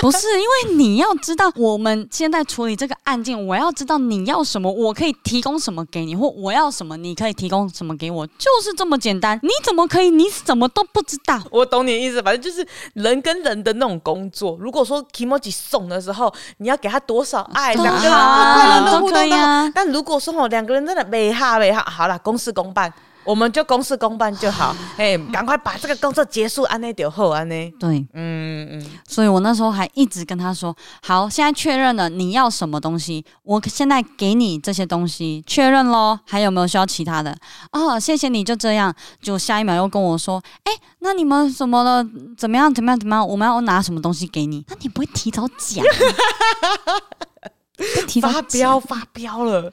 Speaker 1: 不是，因为你要知道，我们现在处理这个案件，我要知道你要什么，我可以提供什么给你，或我要什么，你可以提供什么给我，就是这么简单。你怎么可以？你怎么都不知道？
Speaker 3: 我懂你的意思，反正就是人跟人的那种工作。如果说 Kimoji 送的时候，你要给他多少爱，
Speaker 1: 都
Speaker 3: 两个人
Speaker 1: 好啊
Speaker 3: 快乐的互
Speaker 1: 都可
Speaker 3: 动
Speaker 1: 以
Speaker 3: 都
Speaker 1: 啊
Speaker 3: 好。但如果说哦，两个人真的没哈没哈，好啦，公事公办，我们就公事公办就 好。哎，赶快把这个工作结束，安内就好，安内。
Speaker 1: 对，
Speaker 3: 嗯嗯，
Speaker 1: 所以我那时候还一直跟他说：“好，现在确认了你要什么东西，我现在给你这些东西，确认喽。还有没有需要其他的？哦，谢谢你，就这样。”就下一秒又跟我说：“哎、那你们什么了？怎么样？怎么样？怎么样？我们要拿什么东西给你？那你不会提早讲 吗？不会提早
Speaker 3: 发
Speaker 1: 讲
Speaker 3: 飙发飙了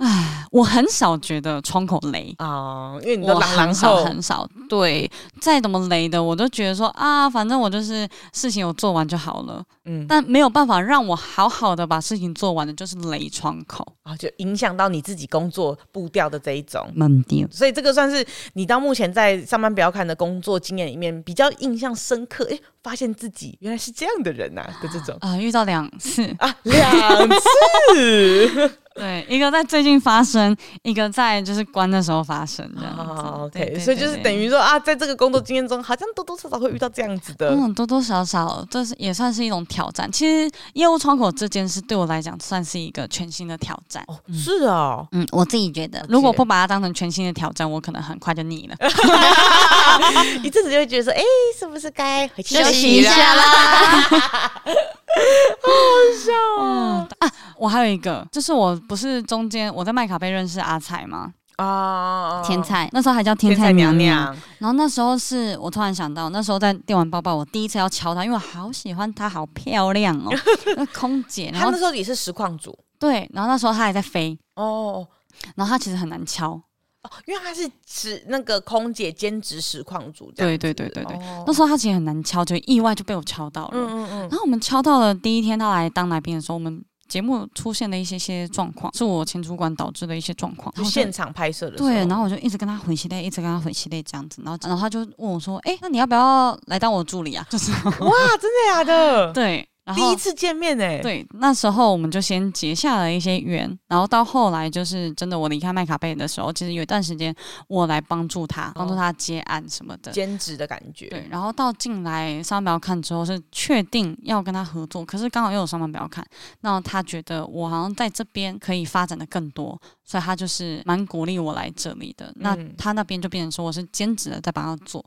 Speaker 1: 我很少觉得窗口雷。”
Speaker 3: 啊！因为你都
Speaker 1: 我
Speaker 3: 狼狼
Speaker 1: 很少
Speaker 3: 后，
Speaker 1: 很少，对，再怎么雷的，我都觉得说啊，反正我就是事情有做完就好了。
Speaker 3: 嗯，
Speaker 1: 但没有办法让我好好的把事情做完的，就是雷窗口
Speaker 3: 啊，就影响到你自己工作步调的这一种。
Speaker 1: 闷掉。
Speaker 3: 所以这个算是你到目前在上班不要看的工作经验里面比较印象深刻，哎、发现自己原来是这样的人呐、的这种，
Speaker 1: 啊、遇到两次
Speaker 3: 啊，两次。
Speaker 1: 对，一个在最近发生，一个在就是关的时候发生这样子。
Speaker 3: 好
Speaker 1: 对
Speaker 3: 啊，OK，所以哦就是等。
Speaker 1: 对对对
Speaker 3: 于说啊，在这个工作经验中，好像多多少少会遇到这样子的。
Speaker 1: 嗯，多多少少，这是也算是一种挑战。其实业务窗口这件事对我来讲算是一个全新的挑战。
Speaker 3: 哦，是哦，
Speaker 1: 嗯，我自己觉得
Speaker 3: 解，
Speaker 1: 如果不把它当成全新的挑战，我可能很快就腻 了。
Speaker 3: 一阵子就会觉得说，哎、是不是该回去
Speaker 2: 休息一下啦。
Speaker 1: 嗯啊，我还有一个，就是我不是中间我在麦卡贝认识阿彩吗？
Speaker 3: 啊？
Speaker 1: 天菜那时候还叫天
Speaker 3: 天
Speaker 1: 菜
Speaker 3: 才
Speaker 1: 娘
Speaker 3: 娘
Speaker 1: 娘。
Speaker 3: 娘，
Speaker 1: 然后那时候是我突然想到，那时候在电玩抱抱，我第一次要敲她，因为我好喜欢她，好漂亮 哦，那空姐。然
Speaker 3: 她
Speaker 1: 后
Speaker 3: 那时候也是实况组
Speaker 1: 对，然后那时候她还在飞，
Speaker 3: 哦。
Speaker 1: 然后她其实很难敲。
Speaker 3: 哦，因为她是实那个空姐兼职实况组这样
Speaker 1: 对
Speaker 3: 子，
Speaker 1: 对对对对，
Speaker 3: 哦
Speaker 1: 那时候她其实很难敲，就意外就被我敲到了。
Speaker 3: 嗯嗯嗯，
Speaker 1: 然后我们敲到了第一天，她来当来宾的时候，我们节目出现了一些些状况，是我前主管导致的一些状况。
Speaker 3: 就
Speaker 1: 然后
Speaker 3: 现场拍摄的时候，
Speaker 1: 对，然 后我就一直跟他混系列，一直跟他混系列这样子，然后然后他就问我说：“哎、那你要不要来当我助理啊？” 就是
Speaker 3: 哇，真的假 的？
Speaker 1: 对，然后
Speaker 3: 第一次见面哎、，
Speaker 1: 对，那时候我们就先结下了一些缘，然后到后来就是真的，我离开麦卡贝的时候，其实有一段时间我来帮助他，帮助他接案什么的。
Speaker 3: 兼职的感觉，
Speaker 1: 对，然后到进来上班不要看之后是确定要跟他合作，可是刚好又有上班不要看，那他觉得我好像在这边可以发展的更多，所以他就是蛮鼓励我来这里的。那
Speaker 3: 嗯
Speaker 1: 他那边就变成说我是兼职的在帮他做，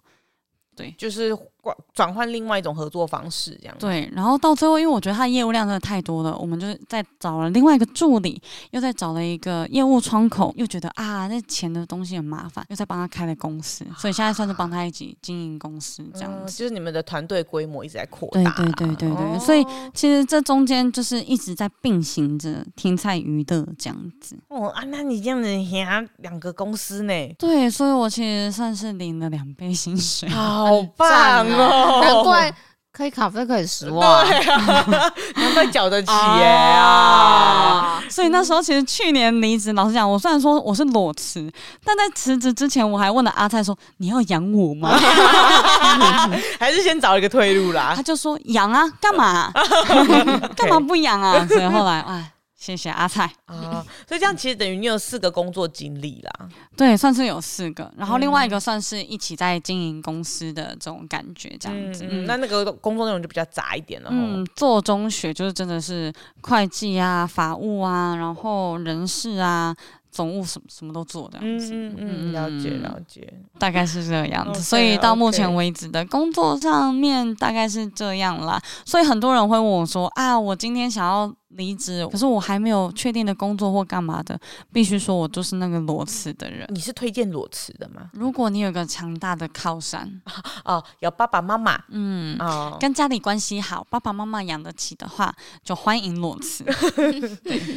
Speaker 3: 就是转转换另外一种合作方式这样。，
Speaker 1: 对，然后到最后，因为我觉得他的业务量真的太多了，我们就是再找了另外一个助理，又再找了一个业务窗口，又觉得啊，那钱的东西很麻烦，又再帮他开了公司，所以现在算是帮他一起经营公司这样
Speaker 3: 嗯，
Speaker 1: 子。
Speaker 3: 就是你们的团队规模一直在扩
Speaker 1: 对
Speaker 3: 大。哦
Speaker 1: 对对对对，所以其实这中间就是一直在并行着天菜娱乐这样子。
Speaker 3: 哦啊，那你这样子还两个公司 呢，
Speaker 1: 对，所以我其实算是领了两倍薪 水。
Speaker 3: 好棒
Speaker 2: 赞
Speaker 3: 哦！
Speaker 2: 难怪可以咖啡可以十万。
Speaker 3: 对啊， 难怪缴得起耶啊！
Speaker 2: 啊！
Speaker 1: 所以那时候其实去年离职，老实讲，我虽然说我是裸辞，但在辞职之前，我还问了阿蔡说：“你要养我吗？”
Speaker 3: 还是先找一个退路啦
Speaker 1: 啊他。就说：“养啊，干嘛、干嘛不养啊？”所以后来，哎，谢谢阿菜。
Speaker 3: 啊，所以这样其实等于你有四个工作经历啦。
Speaker 1: 对，算是有四个，然后另外一个算是一起在经营公司的这种感觉，这样
Speaker 3: 嗯
Speaker 1: 子。
Speaker 3: 嗯，那那个工作内容就比较杂一点了。嗯
Speaker 1: 嗯，做中学就是真的是会计啊、法务啊，然后人事啊、总务什么什么都做这样子，
Speaker 3: 嗯嗯，了解了解。
Speaker 1: 大概是这样子。
Speaker 3: OK，
Speaker 1: 所以到目
Speaker 3: OK
Speaker 1: 前为止的工作上面大概是这样啦。所以很多人会问我说啊，我今天想要离职，可是我还没有确定的工作或干嘛的，必须说我就是那个裸辞的人。
Speaker 3: 你是推荐裸辞的吗？
Speaker 1: 如果你有个强大的靠山，
Speaker 3: 哦，有爸爸妈妈
Speaker 1: 嗯，
Speaker 3: 哦。
Speaker 1: 跟家里关系好，爸爸妈妈养得起的话，就欢迎裸辞，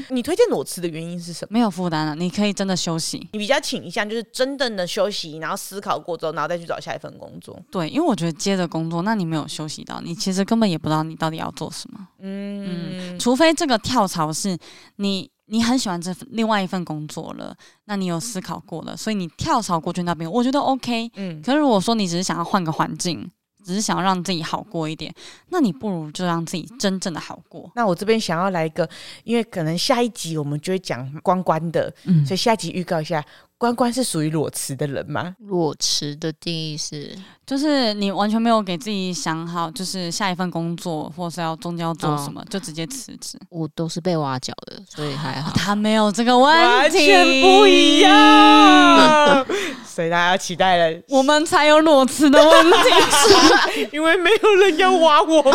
Speaker 3: 你推荐裸辞的原因是什么？
Speaker 1: 没有负担了，你可以真的休息。
Speaker 3: 你比较倾向就是真正的休息，然后思考过之后，然后再去找下一份工作。
Speaker 1: 对，因为我觉得接着工作，那你没有休息到，你其实根本也不知道你到底要做什么，
Speaker 3: 嗯，
Speaker 1: 除非这个跳槽是你。你很喜欢这份另外一份工作了，那你有思考过了，所以你跳槽过去那边，我觉得 OK。
Speaker 3: 嗯，
Speaker 1: 可是如果说你只是想要换个环境，只是想要让自己好过一点，那你不如就让自己真正的好过。
Speaker 3: 那我这边想要来一个，因为可能下一集我们就会讲关关的，
Speaker 1: 嗯
Speaker 3: 所以下一集预告一下，关关是属于裸辞的人吗？
Speaker 2: 裸辞的定义是
Speaker 1: 就是你完全没有给自己想好，就是下一份工作或是要中间要做
Speaker 2: 哦
Speaker 3: 嗯
Speaker 1: 什么，就直接辞职。
Speaker 2: 我都是被挖角的，所以还好。
Speaker 1: 他没有这个问题，
Speaker 3: 完全不一。样， 所以大家要期待了，
Speaker 1: 我们才有裸辞的问 题。
Speaker 3: 因为没有人要挖我们。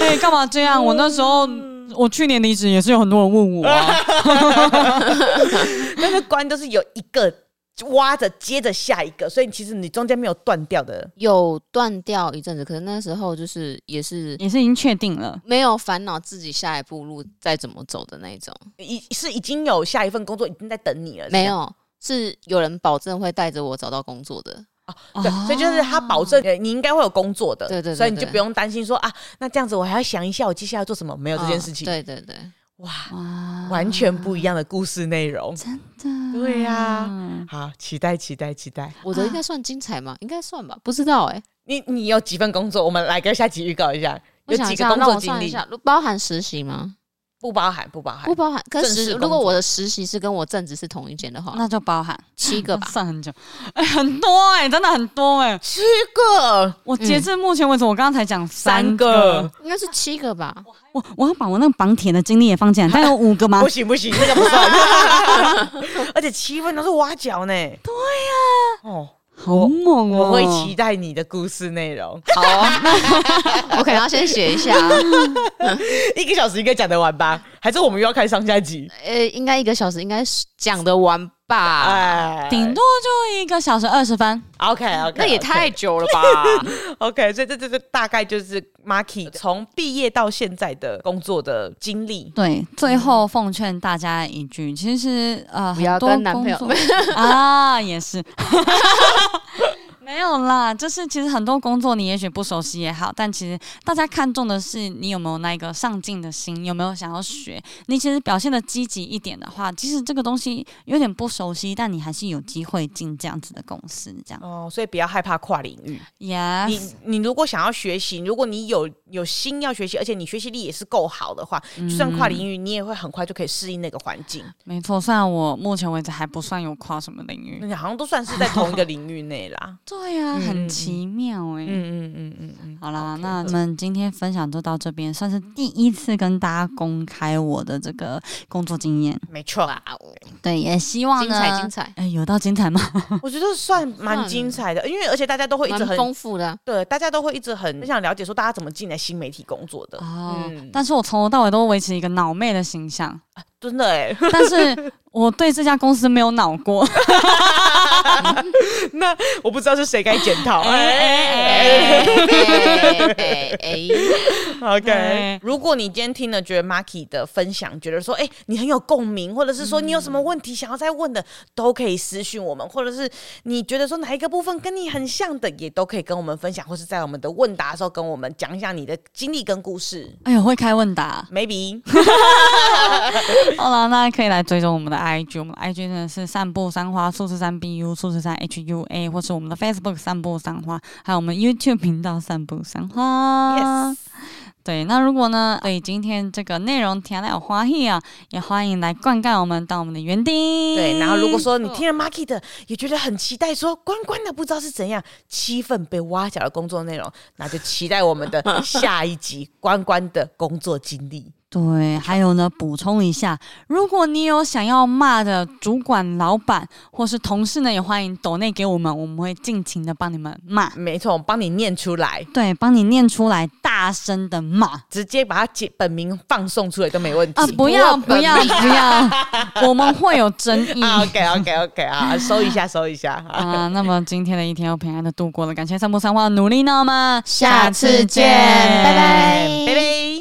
Speaker 1: 哎，干嘛这样？我那时候，我去年离职也是有很多人问我啊。
Speaker 3: 那个关都是有一个挖着接着下一个，所以其实你中间没有断掉的。
Speaker 2: 有断掉一阵子，可是那时候就是也是
Speaker 1: 也是已经确定了，
Speaker 2: 没有烦恼自己下一步路再怎么走的那一种，
Speaker 3: 已是已经有下一份工作已经在等你了，是吗
Speaker 2: 没。有是有人保证会带着我找到工作的。
Speaker 3: 对，
Speaker 1: 哦
Speaker 3: 所以就是他保证呃你应该会有工作的，
Speaker 2: 哦对对对
Speaker 3: 所以你就
Speaker 2: 对
Speaker 3: 不用担心说啊，那这样子我还要想一下我接下来要做什么，没有这件
Speaker 2: 嗯
Speaker 3: 事情，
Speaker 2: 对对对，
Speaker 3: 哇，
Speaker 1: 哇
Speaker 3: 完全不一样的故事内容，
Speaker 1: 真
Speaker 2: 啊
Speaker 1: 的。
Speaker 3: 对呀，好，期待期待期待，
Speaker 2: 我的应该算精彩吗？应该算吧，不知道哎、
Speaker 3: 你你有几份工作？我们来跟下集预告一下，
Speaker 2: 我
Speaker 3: 有
Speaker 2: 想
Speaker 3: 几
Speaker 2: 一
Speaker 3: 个
Speaker 2: 下，
Speaker 3: 工
Speaker 2: 让
Speaker 3: 作
Speaker 2: 我
Speaker 3: 经
Speaker 2: 算一
Speaker 3: 历
Speaker 2: 下，包含实习吗？
Speaker 3: 不包含不包含
Speaker 2: 不，包含。可
Speaker 3: 正式
Speaker 2: 实
Speaker 3: 工
Speaker 2: 如果
Speaker 3: 作
Speaker 2: 我的实习是跟我正职是同一间的话，
Speaker 1: 那就包含。
Speaker 2: 七个吧
Speaker 1: 算很久，哎、很多哎、真的很多哎、
Speaker 3: 七个
Speaker 1: 我截至目前为止，我刚刚才讲
Speaker 3: 三
Speaker 1: 三个
Speaker 3: 个，
Speaker 2: 应该是七个 吧，
Speaker 1: 我我要把我那个绑铁的经历也放进来，大概有五个吗
Speaker 3: 不？行不行，这个不 算，而且七份都是挖角呢，对呀，哦。
Speaker 1: 好猛哦！
Speaker 3: 我会期待你的故事内容，
Speaker 2: 好、我可能要先写一 下，
Speaker 3: 一个小时应该讲得完吧？还是我们又要看上下集？
Speaker 2: 呃，应该一个小时应该 是讲得完吧？
Speaker 3: 哎，
Speaker 1: 顶多就一个小时二十分，
Speaker 3: OK OK，
Speaker 2: 那也太久了吧？
Speaker 3: OK，所以这这这大概就是 Marky 从毕业到现在的工作的经历。
Speaker 1: 对，最后奉劝大家一句，其实呃，
Speaker 2: 不要
Speaker 1: 很多
Speaker 2: 跟男朋友
Speaker 1: 工 作啊，也是。 没有啦，就是其实很多工作你也许不熟悉也好，但其实大家看重的是你有没有那一个上进的心，有没有想要学。你其实表现的积极一点的话，即使这个东西有点不熟悉，但你还是有机会进这样子的公司。这样
Speaker 3: 哦，所以不要害怕跨领域。
Speaker 1: ，Yes，
Speaker 3: 你你如果想要学习，如果你有有心要学习，而且你学习力也是够好的话，就算跨领域，你也会很快就可以适应那个环境。
Speaker 1: 没错，虽然我目前为止还不算有跨什么领域。
Speaker 3: 你好像都算是在同一个领域内啦。
Speaker 1: 对呀、很奇妙哎、
Speaker 3: 嗯嗯嗯嗯嗯。
Speaker 1: 好啦那我们今天分享就到这边，算是第一次跟大家公开我的这个工作经验。
Speaker 3: 没错，啊
Speaker 2: 哇哦，
Speaker 1: 对，也希望
Speaker 2: 精
Speaker 1: 呢，
Speaker 2: 彩精彩，
Speaker 1: 哎，有到精 彩吗？
Speaker 3: 我觉得算蛮
Speaker 2: 算
Speaker 3: 精彩的，因为而且大家都会一直
Speaker 2: 蛮
Speaker 3: 很
Speaker 2: 丰富的啊。
Speaker 3: 对，大家都会一直很很想了解说大家怎么进来新媒体工作的，
Speaker 1: 哦，
Speaker 3: 嗯
Speaker 1: 但是我从头到尾都维持一个脑妹的形象，
Speaker 3: 真的哎、
Speaker 1: 但是我对这家公司没有脑过。
Speaker 3: 那 我不知道是谁该检 讨。
Speaker 2: 哎哎哎哎
Speaker 3: OK，
Speaker 1: 对
Speaker 3: 如果你今天听了觉得 Marky 的分享，觉得说哎、你很有共鸣，或者是说你有什么问题想要再问的，都可以私讯我们，或者是你觉得说哪一个部分跟你很像的，也都可以跟我们分享，或是在我们的问答的时候跟我们讲一下你的经历跟故事。
Speaker 1: 哎呦，会开问答。
Speaker 3: Maybe
Speaker 1: 好了，那可以来追踪我们的 IG，我们的 IG 真的是散步三花数字三 BU 数字三 HUA，或是我们的 Facebook 散步三花，还有我们 YouTube 频道散步三花。
Speaker 3: Yes，
Speaker 1: 对，那如果呢，对今天这个内容填了有欢喜啊，也欢迎来灌溉我们，当我们的园丁。
Speaker 3: 对，然后如果说你听了 Market 的也觉得很期待，说关关的不知道是怎样七份被挖角的工作内容，那就期待我们 的下一集关关的工作经历。
Speaker 1: 对，还有呢，补充一下，如果你有想要骂的主管、老板或是同事呢，也欢迎抖内给我们，我们会尽情的帮你们骂，
Speaker 3: 没错，我帮你念出来，
Speaker 1: 对，帮你念出来，大声的骂。
Speaker 3: 直接把他解本名放送出来都没问题。
Speaker 1: 啊！不要不要不要，我们会有争议。
Speaker 3: OK OK OK 啊，收一下收一下。好
Speaker 1: 啊，那么今天的一天又平安的度过了，感谢三木三花的努力呢，那我们哎
Speaker 2: 下次见，拜拜，
Speaker 3: 拜拜。